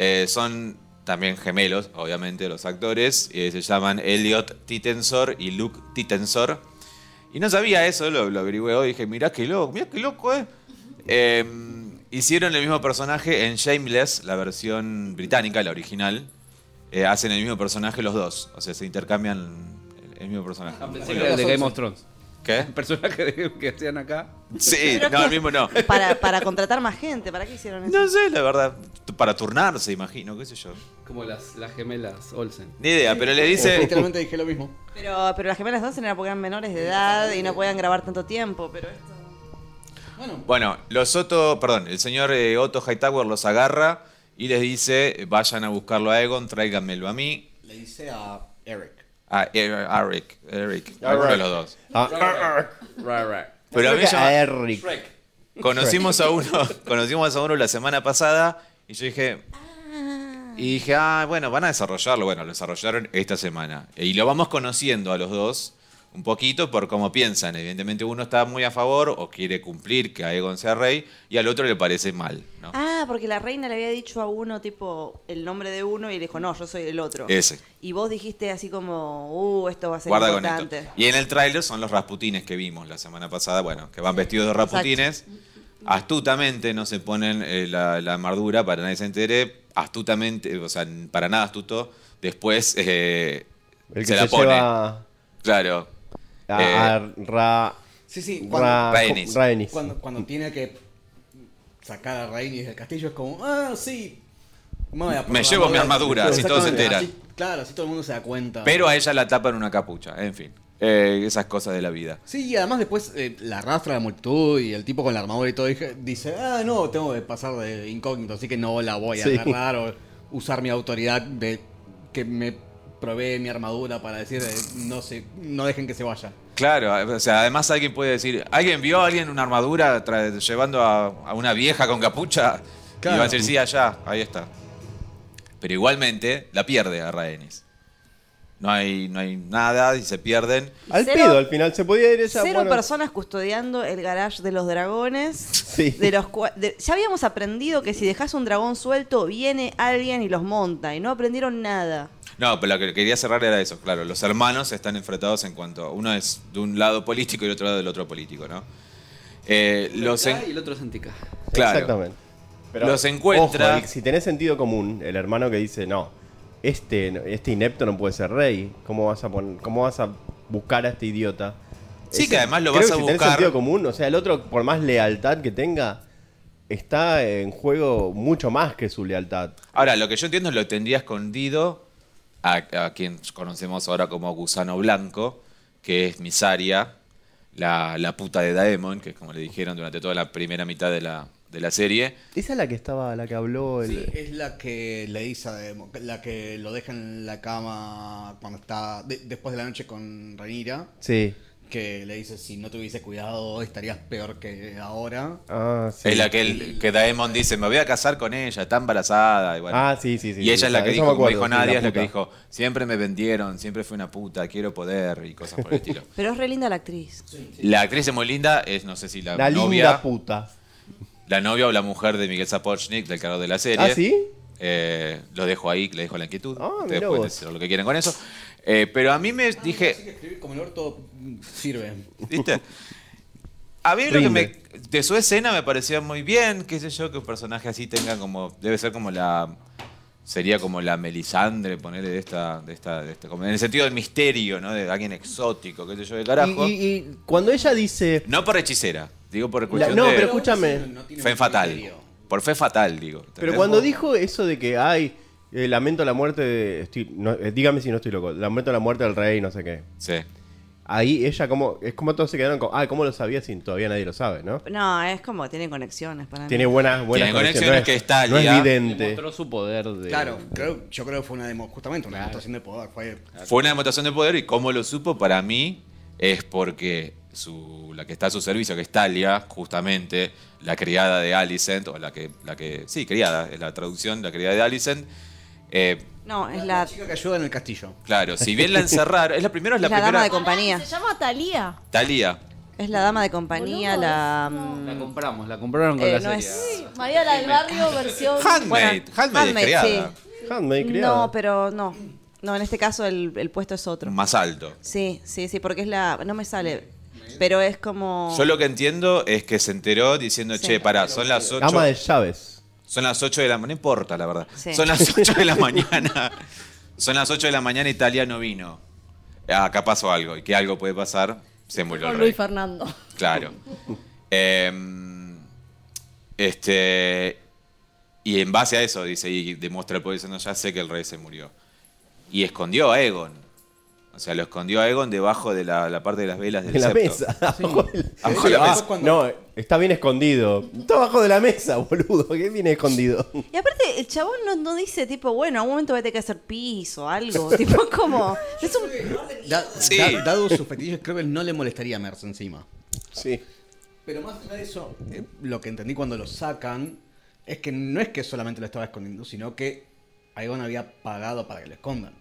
B: Eh, son también gemelos, obviamente, los actores. Eh, se llaman Elliot Titensor y Luke Titensor. Y no sabía eso, lo, lo averigüé hoy. Dije, mirá qué loco, mirá qué loco, eh. Eh, hicieron el mismo personaje en Shameless, la versión británica, la original. Eh, hacen el mismo personaje los dos. O sea, se intercambian el, el mismo personaje.
G: Ah, Pensé que era el de Game of Thrones.
B: ¿Qué?
G: El personaje de- que hacían acá.
B: Sí, no, el mismo no.
D: Para, para contratar más gente, ¿para qué hicieron eso?
B: No sé, la verdad. t- Para turnarse, imagino, qué sé yo.
G: Como las, las gemelas Olsen.
B: Ni idea, pero le dice.
E: Eh, Literalmente dije lo mismo.
D: Pero, pero las gemelas Olsen era porque eran menores de edad y no podían grabar tanto tiempo, pero esto...
E: Bueno,
B: Bueno, los Otto, perdón, el señor eh, Otto Hightower los agarra y les dice: vayan a buscarlo a Egon, tráiganmelo a mí.
E: le dice a Eric.
B: A Er- a Eric, Eric, alguno de los dos.
A: Ah, ah, ah.
B: Pero a mí
A: Creo que
B: ya-
A: a Eric.
B: Conocimos a uno, conocimos a uno la semana pasada y yo dije. Y dije, ah, bueno, van a desarrollarlo. Bueno, lo desarrollaron esta semana. Y lo vamos conociendo a los dos un poquito por cómo piensan. Evidentemente uno está muy a favor o quiere cumplir que Aegon sea rey y al otro le parece mal, ¿no?
D: Ah, porque la reina le había dicho a uno, tipo, el nombre de uno y le dijo, no, yo soy el otro.
B: Ese.
D: Y vos dijiste así como, uh, esto va a ser
B: Guarda con
D: importante.
B: esto. Y en el tráiler son los rasputines que vimos la semana pasada, bueno, que van vestidos de rasputines. Astutamente no se ponen eh, la, la armadura para que nadie se entere. Astutamente, o sea, para nada astuto, después eh,
A: El que
B: se
A: se,
B: la pone.
A: lleva a,
B: Claro. Eh,
A: a Ra.
E: Sí, sí.
A: Ra-
E: Cuando,
B: Rhaenys.
A: Rhaenys.
E: cuando, cuando tiene que sacar a Rainis del castillo es como, ah, sí. Me, voy a poner
B: Me
E: la
B: llevo mi
E: armadura".
B: armadura, así todos se
E: Exactamente,
B: enteran.
E: así- claro, así todo el mundo se da
A: Ah.
E: cuenta.
B: Pero a ella la tapan una capucha, en fin. Eh, esas cosas de la vida.
E: Sí, y además después eh, la arrastra la multitud y el tipo con la armadura y todo dije- dice, ah, no, tengo que pasar de incógnito, así que no la voy a
A: Sí.
E: agarrar o usar mi autoridad de que me provee mi armadura para decir, eh, no sé, no dejen que se vaya.
B: Claro, o sea, además alguien puede decir, ¿alguien vio a alguien en una armadura tra- llevando a, a una vieja con capucha? Y
E: Claro.
B: va a decir, sí, allá, ahí está. Pero igualmente la pierde a Rhaenys. No hay, no hay nada y se pierden.
A: Al
D: Cero-
A: pedo, al final. Se podía ir ella.
D: Cero
A: bueno,
D: personas custodiando el garage de los dragones.
A: Sí.
D: De los cua- de- ya habíamos aprendido que si dejas un dragón suelto, viene alguien y los monta. Y no aprendieron nada.
B: No, pero lo que quería cerrar era eso, claro. Los hermanos están enfrentados en cuanto. Uno es de un lado político y el otro lado del otro político, ¿no? Eh, los en-
G: K y el otro es antica.
B: claro.
A: Exactamente.
B: Los encuentra-
A: ojo, y si tenés sentido común, el hermano que dice, no, este, no- este inepto no puede ser rey, ¿cómo vas a, pon- cómo vas a buscar a este idiota?
B: Sí, que además lo
A: creo
B: vas
A: que
B: a
A: si
B: buscar-
A: Tenés sentido común, o sea, el otro, por más lealtad que tenga, está en juego mucho más que su lealtad.
B: Ahora, lo que yo entiendo es lo tendría escondido a, a quien conocemos ahora como Gusano Blanco, que es Misaria, la, la puta de Daemon, que es como le dijeron durante toda la primera mitad de la, de la serie.
A: Esa es la que estaba, la que habló el...
E: Sí, es la que le dice, a Demo- la que lo deja en la cama cuando está, de- después de la noche con Renira,
A: Sí.
E: que le dice, si no te hubiese cuidado estarías peor que ahora.
A: Ah, sí.
B: Es la que, el- que Daemon dice, me voy a casar con ella, está embarazada. Y, bueno.
A: Ah, sí, sí, sí.
B: y ella es la que
A: Eso
B: dijo,
A: me
B: como
A: acuerdo,
B: dijo
A: sí, la
B: Nadia, es la que
A: puta.
B: dijo, siempre me vendieron, siempre fui una puta, quiero poder y cosas por el estilo.
D: Pero es re linda la actriz.
B: La actriz es muy linda, es no sé si la,
A: La
B: novia,
A: linda puta.
B: la novia o la mujer de Miguel Sapochnik, del creador de la serie.
A: ¿Ah, sí?
B: Eh, lo dejo ahí, le dejo la inquietud.
A: Ah,
B: Ustedes
A: mirá
B: pueden
A: vos.
B: decir lo que quieran con eso. Eh, pero a mí me
E: Así
B: dije,
E: que escribir como el orto mm, sirve.
B: ¿viste? A mí lo que me,
A: Rinde.
B: de su escena me parecía muy bien, qué sé yo, que un personaje así tenga como, debe ser como la, sería como la Melisandre, ponerle de esta, de esta, de esta- como en el sentido del misterio, ¿no? De alguien exótico, qué sé yo, de carajo.
A: Y, y- y cuando ella dice...
B: No por hechicera, digo por
A: La-
B: cuestión
A: no,
B: de
A: pero escúchame.
B: fe fatal, por fe fatal, digo.
A: Pero
B: ¿entendés?
A: cuando dijo eso de que, ay, eh, lamento la muerte de... estoy- no, eh, dígame si no estoy loco. Lamento la muerte del rey, no sé qué.
B: Sí.
A: Ahí ella como... Es como todos se quedaron con... Ah, ¿cómo lo sabía si todavía nadie lo sabe, no?
D: No, es como que tiene conexiones para mí.
A: Tiene buenas, buenas
B: Tiene
A: conexiones,
B: conexiones que está
A: No es
B: Lía.
A: vidente.
G: Demostró su poder de.
E: Claro, creo, yo creo que fue una demo, justamente una demostración de poder. Fue,
B: Fue una demostración de poder y cómo lo supo para mí es porque su, la que está a su servicio, que es Talia, justamente la criada de Alicent, o la que, la que sí, criada, es la traducción, la criada de Alicent. eh,
D: No, es
E: la
D: la,
E: chica que ayuda en el castillo.
B: claro, si bien la encerraron, es la primera, es la,
D: Es la
B: primera.
D: dama de compañía.
F: Se llama Talía.
B: Talia.
D: es la dama de compañía,
F: Boludo,
D: la...
F: no.
D: mm,
G: La compramos, la compraron con
D: Eh,
G: la
D: no
G: serie.
D: es-
F: María la del barrio versión.
B: Handmaid,
D: Bueno,
B: handmaid, es
D: handmaid,
B: criada.
A: Handmaid, criada.
D: No, pero no. No, en este caso el, el puesto es otro.
B: Más alto.
D: Sí, sí, sí, porque es la... No me sale, pero es como...
B: Yo lo que entiendo es que se enteró diciendo,
D: Sí.
B: che, pará, son las 8.
A: Ama de llaves.
B: Son las 8 de la mañana, no importa la verdad.
D: Sí.
B: Son las 8 de la mañana. Son las 8 de la mañana, Italia no vino. Ah, Acá pasó algo, y que algo puede pasar, se murió el
F: Con
B: rey.
F: Luis Fernando.
B: Claro. Em, este. Y en base a eso, dice, y demuestra el poder diciendo, ya sé que el rey se murió. Y escondió a Egon. O sea, lo escondió a Egon debajo de la, la parte de las velas del
A: En la
B: septo.
A: mesa. abajo de la-
B: Abajo de la
A: Ah,
B: mesa.
A: No, está bien escondido. Está abajo de la mesa, boludo. ¿Qué viene escondido?
D: Y aparte, el chabón no, no dice, tipo, bueno, a un momento voy a tener que hacer piso o algo. tipo, como... Es un...
E: Da-
B: Sí.
E: da- dado sus fetiches, creo que no le molestaría a Merce encima.
A: Sí.
E: Pero más allá de eso, eh, lo que entendí cuando lo sacan es que no es que solamente lo estaba escondiendo, sino que Aegon había pagado para que lo escondan.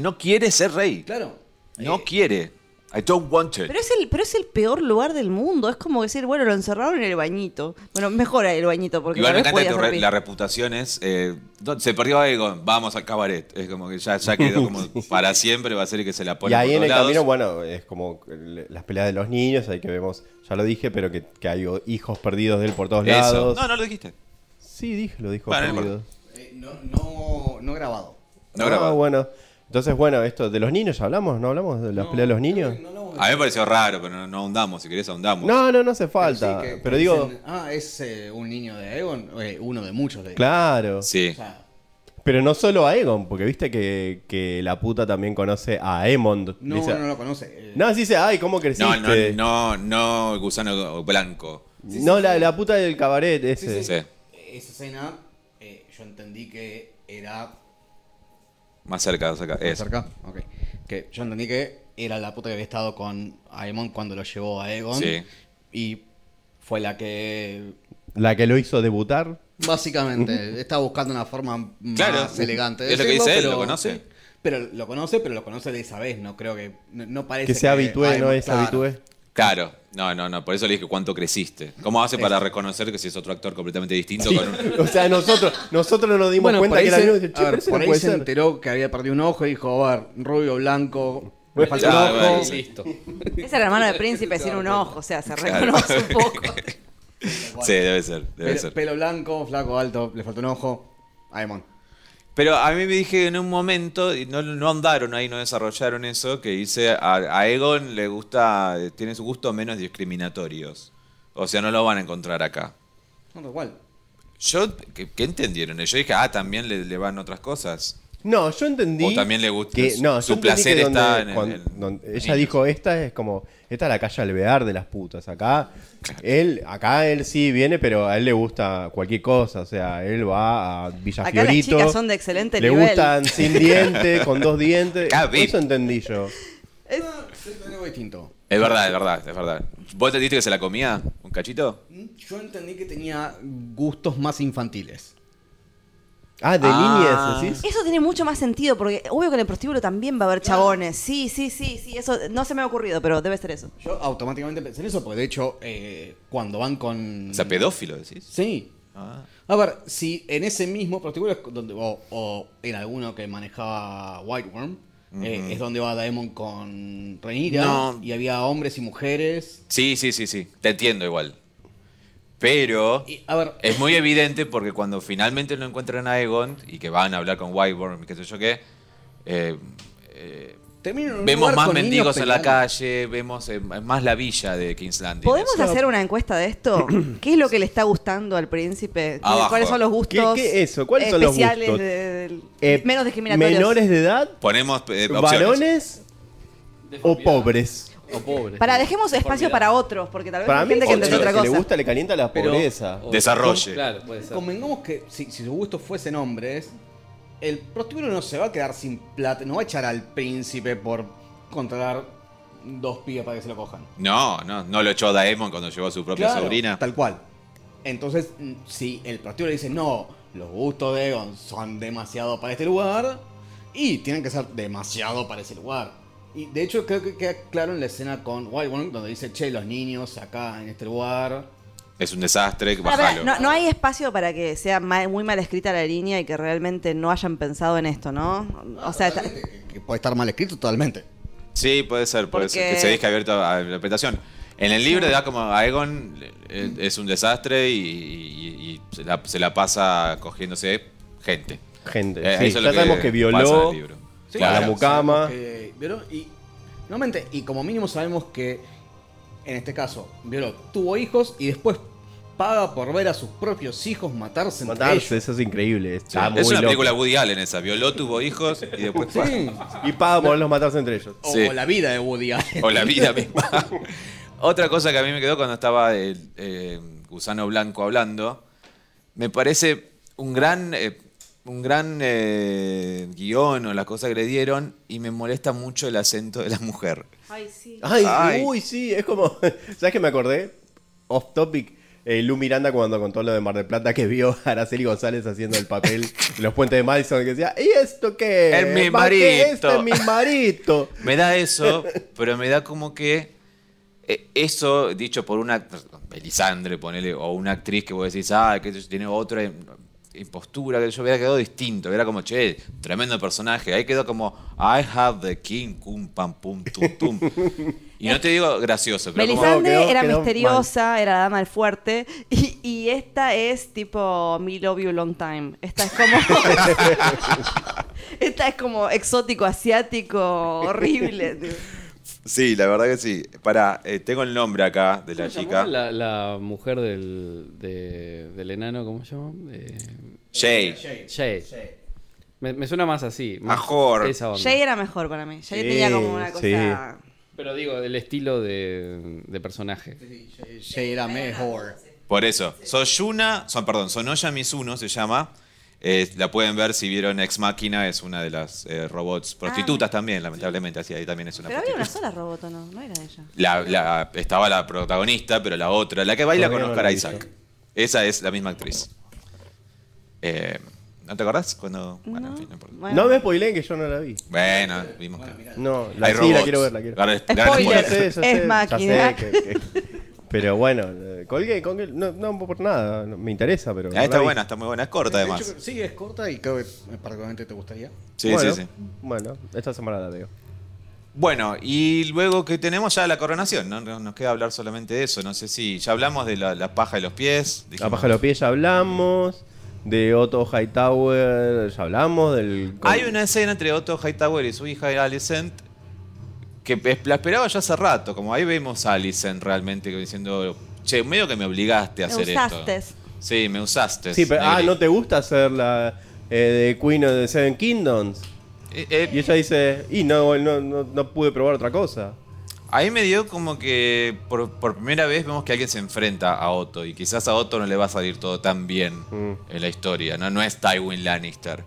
B: No quiere ser rey.
E: Claro.
B: No
E: eh,
B: quiere. I don't want it.
D: Pero es, el, pero es el peor lugar del mundo. Es como decir, bueno, lo encerraron en el bañito. Bueno, mejora el bañito porque
B: Igual me
D: tal vez
B: encanta que tu
D: podía hacer
B: re-
D: pis.
B: la reputación es. eh, don- se perdió Egon, vamos al cabaret. Es como que ya, ya quedó como para siempre, va a ser que se la
A: Y
B: pone.
A: ahí
B: por
A: en el
B: todos
A: camino,
B: lados.
A: bueno, es como le- las peleas de los niños, ahí que vemos, ya lo dije, pero que, que hay o- hijos perdidos de él por todos
B: Eso.
A: lados.
B: No, no lo dijiste.
A: Sí, dije, lo dijo
B: Bueno, no
A: perdidos.
E: eh, no, no, no grabado.
B: No
A: Ah,
B: grabado.
A: bueno. Entonces, bueno, esto de los niños ya hablamos, ¿no hablamos de las peleas de los niños?
E: No, no,
B: A mí me pareció raro, pero no, no ahondamos. Si querés, ahondamos.
A: No, no, no hace
E: pero sí
A: falta.
E: que-
A: pero
E: que
A: digo,
E: dicen, ah, es eh, un niño de Egon, eh, uno de muchos de Aegon.
A: claro.
E: O
B: Sí.
E: sea,
A: Pero no solo a Egon, porque viste que, que la puta también conoce a Emond.
E: no,
A: Dice-
E: no, no lo conoce. eh,
A: No, sí dice, ay, ¿cómo
B: No,
A: creciste?
B: no, no, no, el gusano blanco.
A: No, la, la puta del cabaret ese.
E: Sí.
B: Sí.
E: Esa escena, eh, yo entendí que era.
B: Más cerca, más cerca. Es.
E: Cerca, ok. Que yo entendí que era la puta que había estado con Aemon cuando lo llevó a Egon.
B: Sí.
E: Y fue la que.
A: La que lo hizo debutar.
E: Básicamente, estaba buscando una forma más
B: Claro.
E: elegante. de
B: Es lo que dice
E: decirlo,
B: él, lo conoce.
E: sí. Pero lo conoce, pero lo conoce de esa vez, no creo que. No, no parece
A: Que se habitúe,
E: Aemon-
A: no es
E: claro.
A: habitúe.
B: Claro. No, no, no. Por eso le dije cuánto creciste. ¿Cómo hace para reconocer que si es otro actor completamente distinto con un-
A: O sea, nosotros, nosotros no nos dimos
E: Bueno,
A: cuenta
E: por
A: que
E: ahí
A: la
E: se,
A: niña dice,
E: a
A: che,
E: ver,
A: pero eso
E: por
A: no
E: ahí
A: puede
E: se
A: ser.
E: enteró que había perdido un ojo y dijo, a ver, rubio, blanco, me
A: Bueno,
E: falta
B: ah,
E: un ojo.
B: bueno, sí.
D: Es el hermano del príncipe sin un ojo, o sea, se reconoce un poco.
B: Sí, debe ser, debe
E: Pelo,
B: ser.
E: pelo blanco, flaco, alto, le falta un ojo. Aemon.
B: Pero a mí me dije en un momento, y no, no andaron ahí, no desarrollaron eso, que dice a, a Egon le gusta, tiene su gusto menos discriminatorios. O sea, no lo van a encontrar acá.
E: No, da igual.
B: Yo, ¿qué, qué entendieron? Yo dije, ah, también le, le van otras cosas.
A: No, yo entendí.
B: O también le gusta-
A: que- no,
B: su
A: yo entendí
B: placer
A: que donde-
B: está en el-
A: cuando-
B: en-
A: donde-
B: en
A: ella
B: niños.
A: dijo, esta es como, esta es la calle alvear de las putas. Acá, él, acá él sí viene, pero a él le gusta cualquier cosa. O sea, él va a Villa
D: Acá las
A: Fiorito.
D: chicas son de excelente
A: le
D: nivel.
A: gustan sin dientes, con dos dientes.
B: Acá vi.
A: Eso entendí yo.
E: Yo entendí Ah, algo distinto.
B: Es verdad, es verdad, es verdad. ¿Vos te diste que se la comía? ¿Un cachito?
E: Mm, Yo entendí que tenía gustos más infantiles.
A: Ah, de
B: Ah.
A: niñez, ¿sí?
D: Eso tiene mucho más sentido, porque obvio que en el prostíbulo también va a haber chabones. Sí, sí, sí, sí, eso no se me ha ocurrido, pero debe ser eso.
E: Yo automáticamente pensé en eso, porque de hecho, eh, cuando van con.
B: O sea, pedófilo, decís.
E: Sí.
B: Ah.
E: A ver, si en ese mismo prostíbulo es donde, o, o en alguno que manejaba White Worm, eh, es donde va Daemon con Rhaenyra
B: No.
E: y había hombres y mujeres.
B: Sí, sí, sí, sí. Te entiendo igual. Pero
E: Y, a ver,
B: es muy evidente porque cuando finalmente lo encuentran a Egon y que van a hablar con Whiteborn y qué sé yo qué, eh, eh,
E: termino en un
B: vemos
E: lugar
B: más
E: con niños
B: mendigos en la
E: peleando.
B: calle, vemos eh, más la villa de Kingsland.
D: ¿Podemos hacer una encuesta de esto? ¿Qué es lo que le está gustando al príncipe?
B: Abajo.
D: ¿Cuáles son los gustos
A: ¿Qué- qué eso? ¿Cuáles son los
D: especiales
A: gustos?
D: de- de-
A: Eh,
D: menos discriminatorios?
A: Menores de edad,
B: Ponemos eh, opciones.
A: varones o pobres.
G: O pobre.
D: Para dejemos espacio para otros, porque tal vez
A: Para
D: hay
A: mí,
D: gente que
A: el
D: entendió
A: que
D: otra
A: le
D: cosa.
A: gusta le calienta la
E: Pero-
A: pobreza.
B: Desarrolle.
G: Claro, puede ser.
E: Convengamos que si, si su gusto fuesen hombres, el prostíbulo no se va a quedar sin plata, no va a echar al príncipe por contratar dos pibas para que se lo cojan.
B: No, no, no lo echó Daemon cuando llevó a su propia
E: Claro,
B: sobrina.
E: Tal cual. Entonces, mm, si el prostíbulo dice, no, los gustos de Egon son demasiado para este lugar, y tienen que ser demasiado para ese lugar. Y de hecho, creo que queda claro en la escena con Wild One, donde dice, che, los niños acá en este lugar.
B: Es un desastre,
D: Pará, pará,
B: bájalo.
D: no, no hay espacio para que sea ma- muy mal escrita la línea y que realmente no hayan pensado en esto, ¿no? O sea, está-
E: eh, Que- Que puede estar mal escrito totalmente.
B: Sí, puede ser, puede ser,
D: Porque-
B: Que se deje abierto a la interpretación. En el libro da como a Aegon eh, es un desastre y, y- y se, la, se la pasa cogiéndose gente.
A: Gente,
B: Eh,
A: Este, sí,
B: eso es
A: ya
B: lo
A: sabemos que
B: pasa en
A: violó.
B: el libro.
E: Sí,
A: Claro.
E: sabemos
A: mucama.
E: que violó y, nuevamente, y como mínimo sabemos que en este caso, violó, tuvo hijos y después paga por ver a sus propios hijos matarse. entre
A: Matarse,
E: ellos.
A: eso es increíble.
B: Sí.
A: Está muy
B: Es una
A: loco.
B: película Woody Allen esa. Violó, tuvo hijos y después.
E: Sí.
A: Y paga por los matarse entre ellos.
E: O,
B: Sí.
E: o la vida de Woody Allen.
B: O la vida misma. Otra cosa que a mí me quedó cuando estaba el eh, gusano blanco hablando, me parece un gran, eh, un gran eh, guión o las cosas que le dieron y me molesta mucho el acento de la mujer.
D: Ay, sí.
A: Ay,
B: Ay.
A: uy, sí, es como. ¿Sabes qué me acordé? Off topic. eh, Lu Miranda cuando contó lo de Mar del Plata que vio a Araceli González haciendo el papel de los puentes de Madison que decía, ¿y esto qué?
B: Es mi
A: ¿Más que
B: marito".
A: Este es mi marito.
B: Me da eso, pero me da como que eh, eso dicho por una Pelisandre, ponele, o una actriz que vos decís, ah, que tiene otra im- impostura, que yo hubiera quedado distinto, era como, che, tremendo personaje, ahí quedó como, I have the king, cum, pam, pum, tum, tum. Y no te digo gracioso, pero como,
D: Melisande
A: quedó-
D: era
A: quedó
D: misteriosa, era la dama del fuerte, y, y esta es tipo Me Love You Long Time. Esta es como... Esta es como exótico, asiático, horrible. tío.
B: Sí, la verdad que sí. Para, tengo el nombre acá de la
G: ¿Cómo se
B: chica.
G: llamaba La, la mujer del, de- del enano, ¿cómo se llama? Eh,
B: Jay.
G: Jade. Me, me suena más así. Más
B: Major.
G: esa onda.
D: Jay era mejor para mí. Jay
A: Sí,
D: tenía como
A: sí.
D: una cosa.
G: Pero digo, del estilo de, de personaje.
E: Jay era mejor.
B: Por eso. Soyuna, son, perdón, Sonoya Mizuno se llama. Eh, la pueden ver si vieron Ex Máquina, es una de las eh, robots prostitutas también, lamentablemente. Así ahí también es una
D: Ah. Pero había una
B: prostituta.
D: sola robot, ¿o ¿no? No era ella.
B: La, la- estaba la protagonista, pero la otra, la que baila
A: Todavía
B: con
A: no
B: Oscar
A: la vi,
B: Isaac. Esa es la misma actriz. Eh, ¿No te acordás? Cuando. Bueno, en fin, no importa.
D: Bueno.
A: No me spoileen que yo no la vi.
B: Bueno, vimos que.
A: No,
B: Hay
A: la, sí, la
B: robots.
A: quiero ver, la quiero ver.
B: Gran- gran
D: Spoiler.
B: spoiler.
D: Es máquina.
A: ya sé que- que- pero bueno, eh, colgué, colgué. No, no por nada, no- me interesa, pero. no
B: Ah, está
A: la vi.
B: buena, está muy buena. Es corta
E: De
B: además.
E: hecho, sí, es corta y creo que eh, particularmente te gustaría.
B: Sí,
A: Bueno,
B: sí, sí.
A: Bueno, esta semana la veo.
B: Bueno, y luego que tenemos ya la coronación, ¿no? No- Nos queda hablar solamente de eso. No sé si ya hablamos de la, la paja de los pies.
A: La
B: dijimos.
A: paja de los pies ya hablamos. De Otto Hightower ya hablamos. Del
B: Hay una escena entre Otto Hightower y su hija Alicent que es- la esperaba yo hace rato. Como ahí vemos a Alicent realmente como diciendo, che, medio que me obligaste a
D: Me
B: hacer
D: usaste.
B: esto. Sí, me usaste.
A: Sí, pero. Ah,
B: negri-
A: ¿no te gusta hacer la eh, de Queen of the Seven Kingdoms?
B: Eh, eh,
A: Y ella dice, y no, no, no, no pude probar otra cosa.
B: Ahí me dio como que por, por primera vez vemos que alguien se enfrenta a Otto y quizás a Otto no le va a salir todo tan bien
A: Mm.
B: en la historia, ¿no? No es Tywin Lannister.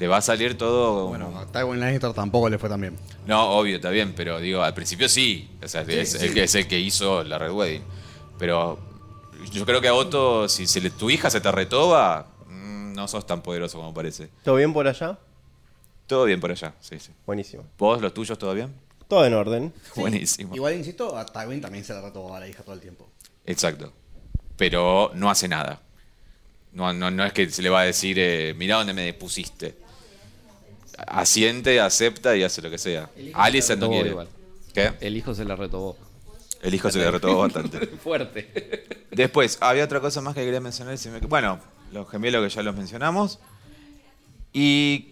B: Le va a salir todo...
E: Bueno, a Tywin Lannister tampoco le fue tan bien.
B: No, obvio, está bien, pero digo, al principio sí. O sea, es, El que, es el que hizo la Red Wedding. Pero yo creo que a Otto, si se le- tu hija se te retoba, mm, no sos tan poderoso como parece.
A: ¿Todo bien por allá?
B: Todo bien por allá, sí, sí.
A: Buenísimo.
B: ¿Vos, los tuyos, todo bien?
A: Todo en orden.
B: Buenísimo.
E: Igual, insisto, a Tywin también se la retó a la hija todo el tiempo.
B: Exacto. Pero no hace nada. No, no, no es que se le va a decir, eh, mirá dónde me pusiste. Asiente, acepta y hace lo que sea. Alison no
G: todo
B: quiere.
G: igual.
B: ¿Qué?
G: El hijo se la retobó.
B: El hijo se le retó bastante.
G: Fuerte.
B: Después, había otra cosa más que quería mencionar. y se me- Bueno, los gemelos que ya los mencionamos. Y,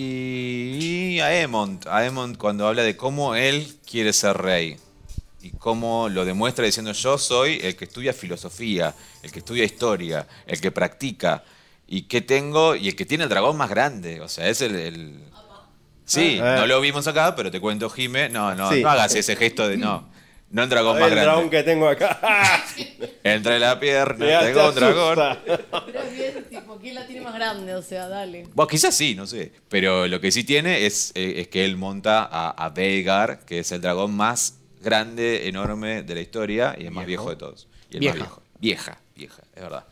B: y, y Aemond. Aemond cuando habla de cómo él quiere ser rey. Y cómo lo demuestra diciendo yo soy el que estudia filosofía, el que estudia historia, el que practica. Y que tengo, y el que tiene el dragón más grande. O sea, es el... el- Sí,
A: Ah.
B: no lo vimos acá, pero te cuento, Jime. No, no,
A: Sí.
B: no hagas ese gesto de no. No el dragón más
A: el
B: grande.
A: dragón que tengo acá.
B: Entre la pierna
A: Ya
B: tengo
A: te
B: un dragón.
A: asusta.
F: Pero es bien, tipo, ¿quién la tiene más grande? O sea, dale.
B: Bueno, quizás sí, no sé. Pero lo que sí tiene es, eh, es que él monta a, a Veigar, que es el dragón más grande, enorme de la historia y el más viejo de todos. Y el más
E: Vieja.
B: viejo. Vieja, vieja, es verdad.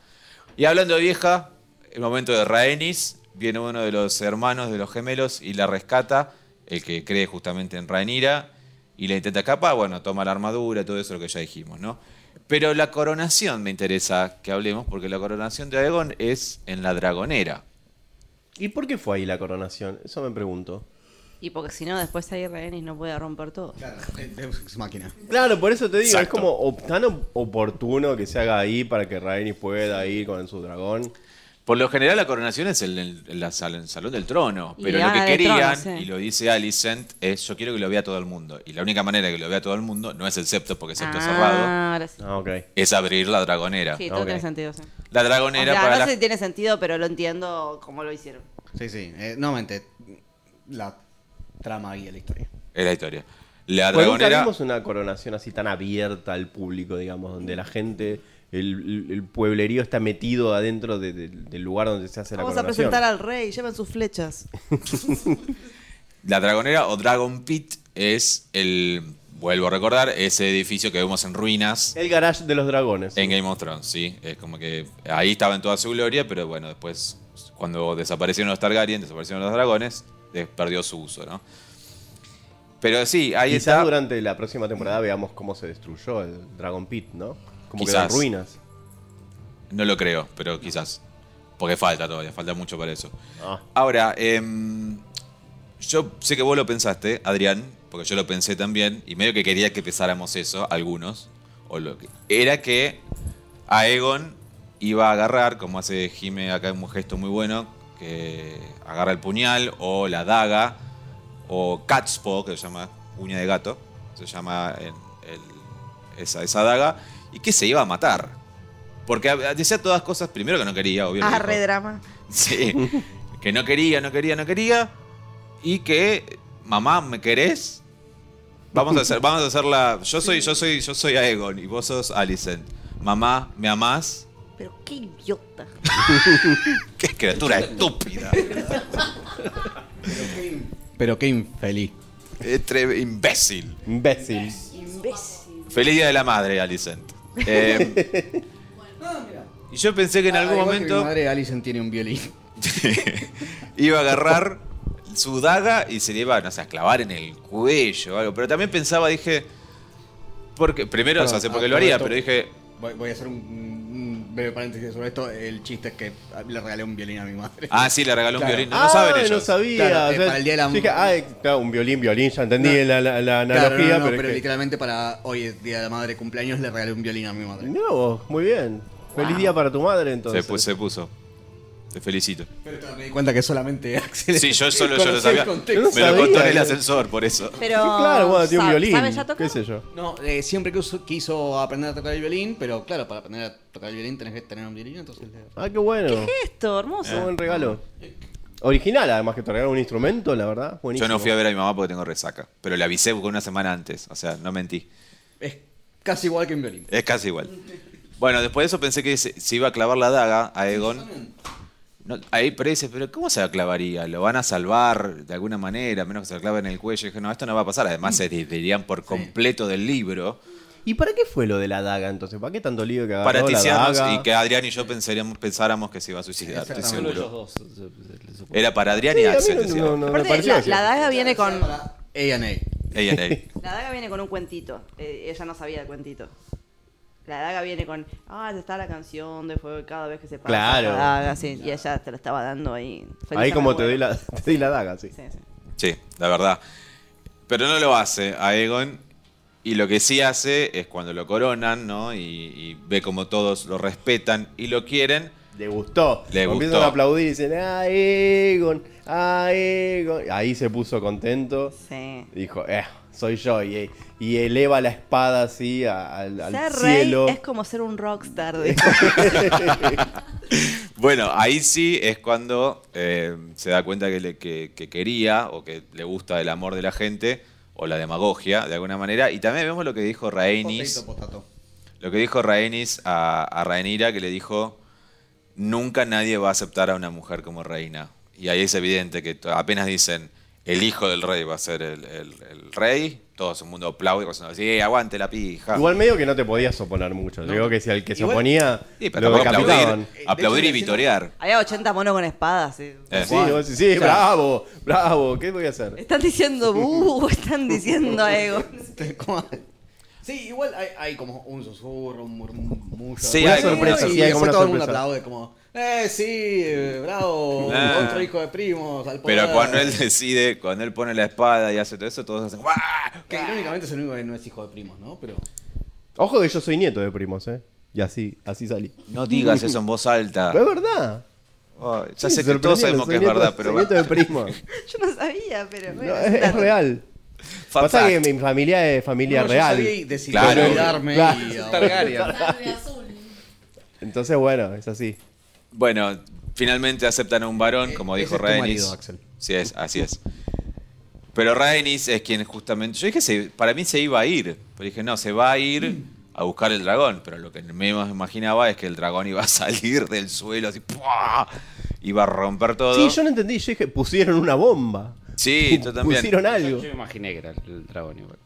B: Y hablando de vieja, el momento de Rhaenys, viene uno de los hermanos de los gemelos y la rescata, el que cree justamente en Rhaenyra, y la intenta escapar, bueno, toma la armadura, todo eso lo que ya dijimos, ¿no? Pero la coronación me interesa que hablemos, porque la coronación de Aegon es en la dragonera.
A: ¿Y por qué fue ahí la coronación? Eso me pregunto.
D: Y porque si no, después ahí Renis no puede romper todo.
E: Claro, es máquina.
A: Claro, por eso te digo,
B: Exacto.
A: es como op- tan op- oportuno que se haga ahí para que Rhaenys pueda ir con su dragón.
B: Por lo general la coronación es en el, en la sal- en el salón del trono,
D: Y
B: pero lo
D: la
B: que
D: del trono,
B: querían,
D: sí.
B: y lo dice Alicent, es yo quiero que lo vea todo el mundo. Y la única manera que lo vea todo el mundo no es el septo, porque el septo es cerrado,
D: Ah, ahora sí.
A: Ah, ok.
B: es abrir la dragonera.
D: Sí, todo
A: ok.
D: tiene sentido. sí.
B: La
D: O
B: dragonera
D: sea,
B: para
D: no
B: la-
D: sé si tiene sentido, pero lo entiendo como lo hicieron.
E: Sí, sí. Eh, nuevamente, la trama y la historia.
B: es la historia. La
A: Pues nunca
B: dragonera
A: vimos una coronación así tan abierta al público, digamos, donde la gente, el, el- el pueblerío está metido adentro de- de- del lugar donde se hace la
D: Vamos a
A: coronación.
D: presentar al rey, llevan sus flechas.
B: La Dragonera o Dragon Pit es el, vuelvo a recordar, ese edificio que vemos en ruinas
A: El garage de los dragones.
B: en Game of Thrones, sí. Es como que ahí estaba en toda su gloria, pero bueno, después cuando desaparecieron los Targaryen, desaparecieron los dragones, eh, perdió su uso, ¿no? Pero sí, ahí
A: Quizás
B: está.
A: durante la próxima temporada veamos cómo se destruyó el Dragon Pit, ¿no? Como que
B: Quizás.
A: las ruinas.
B: No lo creo, pero quizás. Porque falta todavía, falta mucho para eso.
A: Ah.
B: Ahora, em, yo sé que vos lo pensaste, Adrián, porque yo lo pensé también, y medio que quería que pensáramos eso, algunos, o lo que, era que Aegon iba a agarrar, como hace Jime acá en un gesto muy bueno, que agarra el puñal, o la daga, o catspaw, que se llama uña de gato, se llama en el- esa, esa daga, y que se iba a matar. Porque hab- decía todas cosas, primero que no quería, obviamente.
D: Ah, re drama.
B: Sí. que no quería, no quería, no quería. Y que, mamá, ¿me querés? Vamos a hacer, vamos a hacer la. Yo soy, yo soy, yo soy Aegon y vos sos Alicent. Mamá, ¿me amás?
D: Pero qué idiota.
B: ¡Qué criatura estúpida!
E: Pero qué infeliz.
B: Es tre- imbécil.
A: Imbécil.
D: Imbécil.
B: Feliz Día de la Madre, Alicent. Eh, y yo pensé que en algún
E: Ah, igual que Mi
B: momento
E: madre Alison tiene un violín.
B: iba a agarrar su daga y se le iba, no sé, a clavar en el cuello o algo. Pero también pensaba, dije. Porque, primero, o sea, sé por qué lo haría, pero dije,
E: Voy, voy a hacer un, un breve paréntesis sobre esto. El chiste es que le regalé un violín a mi madre.
B: Ah, sí, le regaló un
E: Claro.
B: violín. No,
A: ah,
B: no saben ellos.
A: no sabía.
E: Claro,
A: o sea,
E: eh, para el día de la-
A: yo dije, ah, eh, claro, un violín, violín, ya entendí
E: No.
A: la, la- la
E: Claro,
A: analogía,
E: no, no, no,
A: pero,
E: pero,
A: es que-
E: literalmente para hoy, es día de la madre cumpleaños, le regalé un violín a mi madre.
A: Mirá vos, muy bien. Feliz día para tu madre
B: se,
A: entonces.
B: pu- se puso. Te felicito.
E: Pero me di cuenta que solamente Axel.
B: Sí, yo solo yo lo
E: Conocí
B: sabía.
E: el
A: Yo
E: contexto.
A: no
B: Me lo contó en el
A: sabía.
B: ascensor, por eso.
D: Pero.
A: Sí, claro, bueno, tiene un
D: ¿sabe-
A: violín.
D: ¿Sabe ya tocar?
A: ¿Qué sé yo?
E: No, eh, siempre que uso- quiso aprender a tocar el violín, pero claro, para aprender a tocar el violín tenés que tener un violín, entonces le-
A: Ah, qué bueno.
D: ¿Qué
A: Qué
D: es esto? Hermoso.
A: buen regalo. Original, además que te regalan un instrumento, la verdad. Buenísimo.
B: Yo no fui a ver a mi mamá porque tengo resaca. Pero le avisé con una semana antes. O sea, no mentí.
E: es casi igual que un violín.
B: Es casi igual. Bueno, después de eso pensé que se, se iba a clavar la daga a Egon. No, ahí, pero dice, pero ¿cómo se la clavaría? ¿Lo van a salvar de alguna manera? a Menos que se la clave en el cuello. Y dije, no, esto no va a pasar. Además,
A: Mm.
B: se desdirían por completo del libro.
A: ¿Y para qué fue lo de la daga entonces? ¿Para qué tanto lío que agarró
B: para
A: la
B: ticiarnos
A: daga?
B: y que Adrián y yo pensaríamos, pensáramos que se iba a suicidar. Estoy
G: Solo ellos
B: seguro.
G: dos. se- se- se- supongo.
B: Era para Adrián
A: Sí,
B: y
A: a mí
B: Axel.
A: no,
B: decía.
A: no, no me
D: Aparte,
A: pareció
D: la,
A: así.
D: la daga viene con.
E: Para A&A.
B: Ey, ey, ey.
D: La daga viene con un cuentito. Eh, ella no sabía el cuentito. La daga viene con. Ah, está la canción de fuego cada vez que se pasa.
A: Claro.
D: La daga, sí. Y ella te la estaba dando ahí.
A: Ahí
D: Feliz
A: como
D: año
A: te doy,
D: nuevo.
A: la, te doy la daga, sí.
D: Sí, sí.
B: Sí, la verdad. Pero no lo hace a Egon. Y lo que sí hace es cuando lo coronan, ¿no? Y, y ve como todos lo respetan y lo quieren.
A: Le gustó.
B: Le
A: Empiezan
B: gustó.
A: a aplaudir y dicen, ah, Egon, ah, Egon. Ahí se puso contento.
D: Sí.
A: Dijo, eh, soy yo. Y, y eleva la espada así a- al, al
D: Ser
A: cielo.
D: rey es como ser un rockstar. De...
B: Bueno, ahí sí es cuando eh, se da cuenta que, le- que- que quería o que le gusta el amor de la gente o la demagogia de alguna manera. Y también vemos lo que dijo Rhaenys.
E: Potato, potato.
B: Lo que dijo Rhaenys a, a Rhaenyra, que le dijo, nunca nadie va a aceptar a una mujer como reina. Y ahí es evidente que to- apenas dicen, el hijo del rey va a ser el, el- el rey, todo su mundo aplaude, diciendo, sí, "Eh, aguante la pija.
A: Igual medio que no te podías oponer mucho. Yo Digo que si al que se
E: Igual-
A: oponía,
B: Sí, pero
A: lo
B: tampoco
A: decapitaban.
B: aplaudir,
E: Eh, de
B: aplaudir
E: hecho,
B: y vitorear.
D: Había 80 monos con espadas. sí.
B: Eh,
A: Sí, vos decís, sí, bravo, bravo, ¿qué voy a hacer?
D: Están diciendo bu, están diciendo ego.
E: Tal cual. Pues, Sí, igual hay, hay como un susurro, un murmullo.
B: Sí,
E: algo
B: hay como una
E: así,
A: sorpresa,
E: Y
A: sí, hay como
E: después
A: una
E: todo el mundo
A: sorpresa.
E: aplaude como, eh, sí, eh, bravo,
B: Ah.
E: otro hijo de primos, al poder.
A: Oh.
B: Pero cuando él decide, cuando él pone la espada y hace todo eso, todos hacen, "Guau".
E: Que irónicamente es el único que no es hijo de primos, ¿no? Pero...
A: Ojo que yo soy nieto de primos, ¿eh? Y así, así salí.
B: No digas eso en voz alta.
A: Pero es verdad.
B: Oh, Ah. ya
A: Sí,
B: sé que todos
A: sorprendieron,
B: sabemos
A: soy
B: que es
A: nieto-
B: verdad, pero
A: soy nieto de primos.
D: Yo no sabía, pero bueno,
A: No,
D: es
A: es,
D: un
A: es
D: dato.
A: real.
B: Fun
A: Pasa
B: fact.
A: que mi familia es familia
E: Bueno, yo
A: real.
E: salí y decidí
B: Claro.
E: olvidarme
A: Claro.
E: y ahora-
G: Targaryen.
H: Sangre azul.
A: Entonces, bueno, es así.
B: Bueno, finalmente aceptan a un varón, como
E: Eh, ese
B: dijo
E: es tu
B: Rhaenys.
E: marido, Axel.
B: Sí es, así es. Pero Rhaenys es quien justamente. Yo dije, se- para mí se iba a ir. Pero dije, no, se va a ir a buscar el dragón. Pero lo que me imaginaba es que el dragón iba a salir del suelo así. ¡pua! Iba a romper todo.
A: Sí, yo no entendí. Yo dije, pusieron una bomba.
B: Sí,
A: Pu-
B: yo también.
A: Pusieron algo.
G: Yo me imaginé que era el, el dragón igual.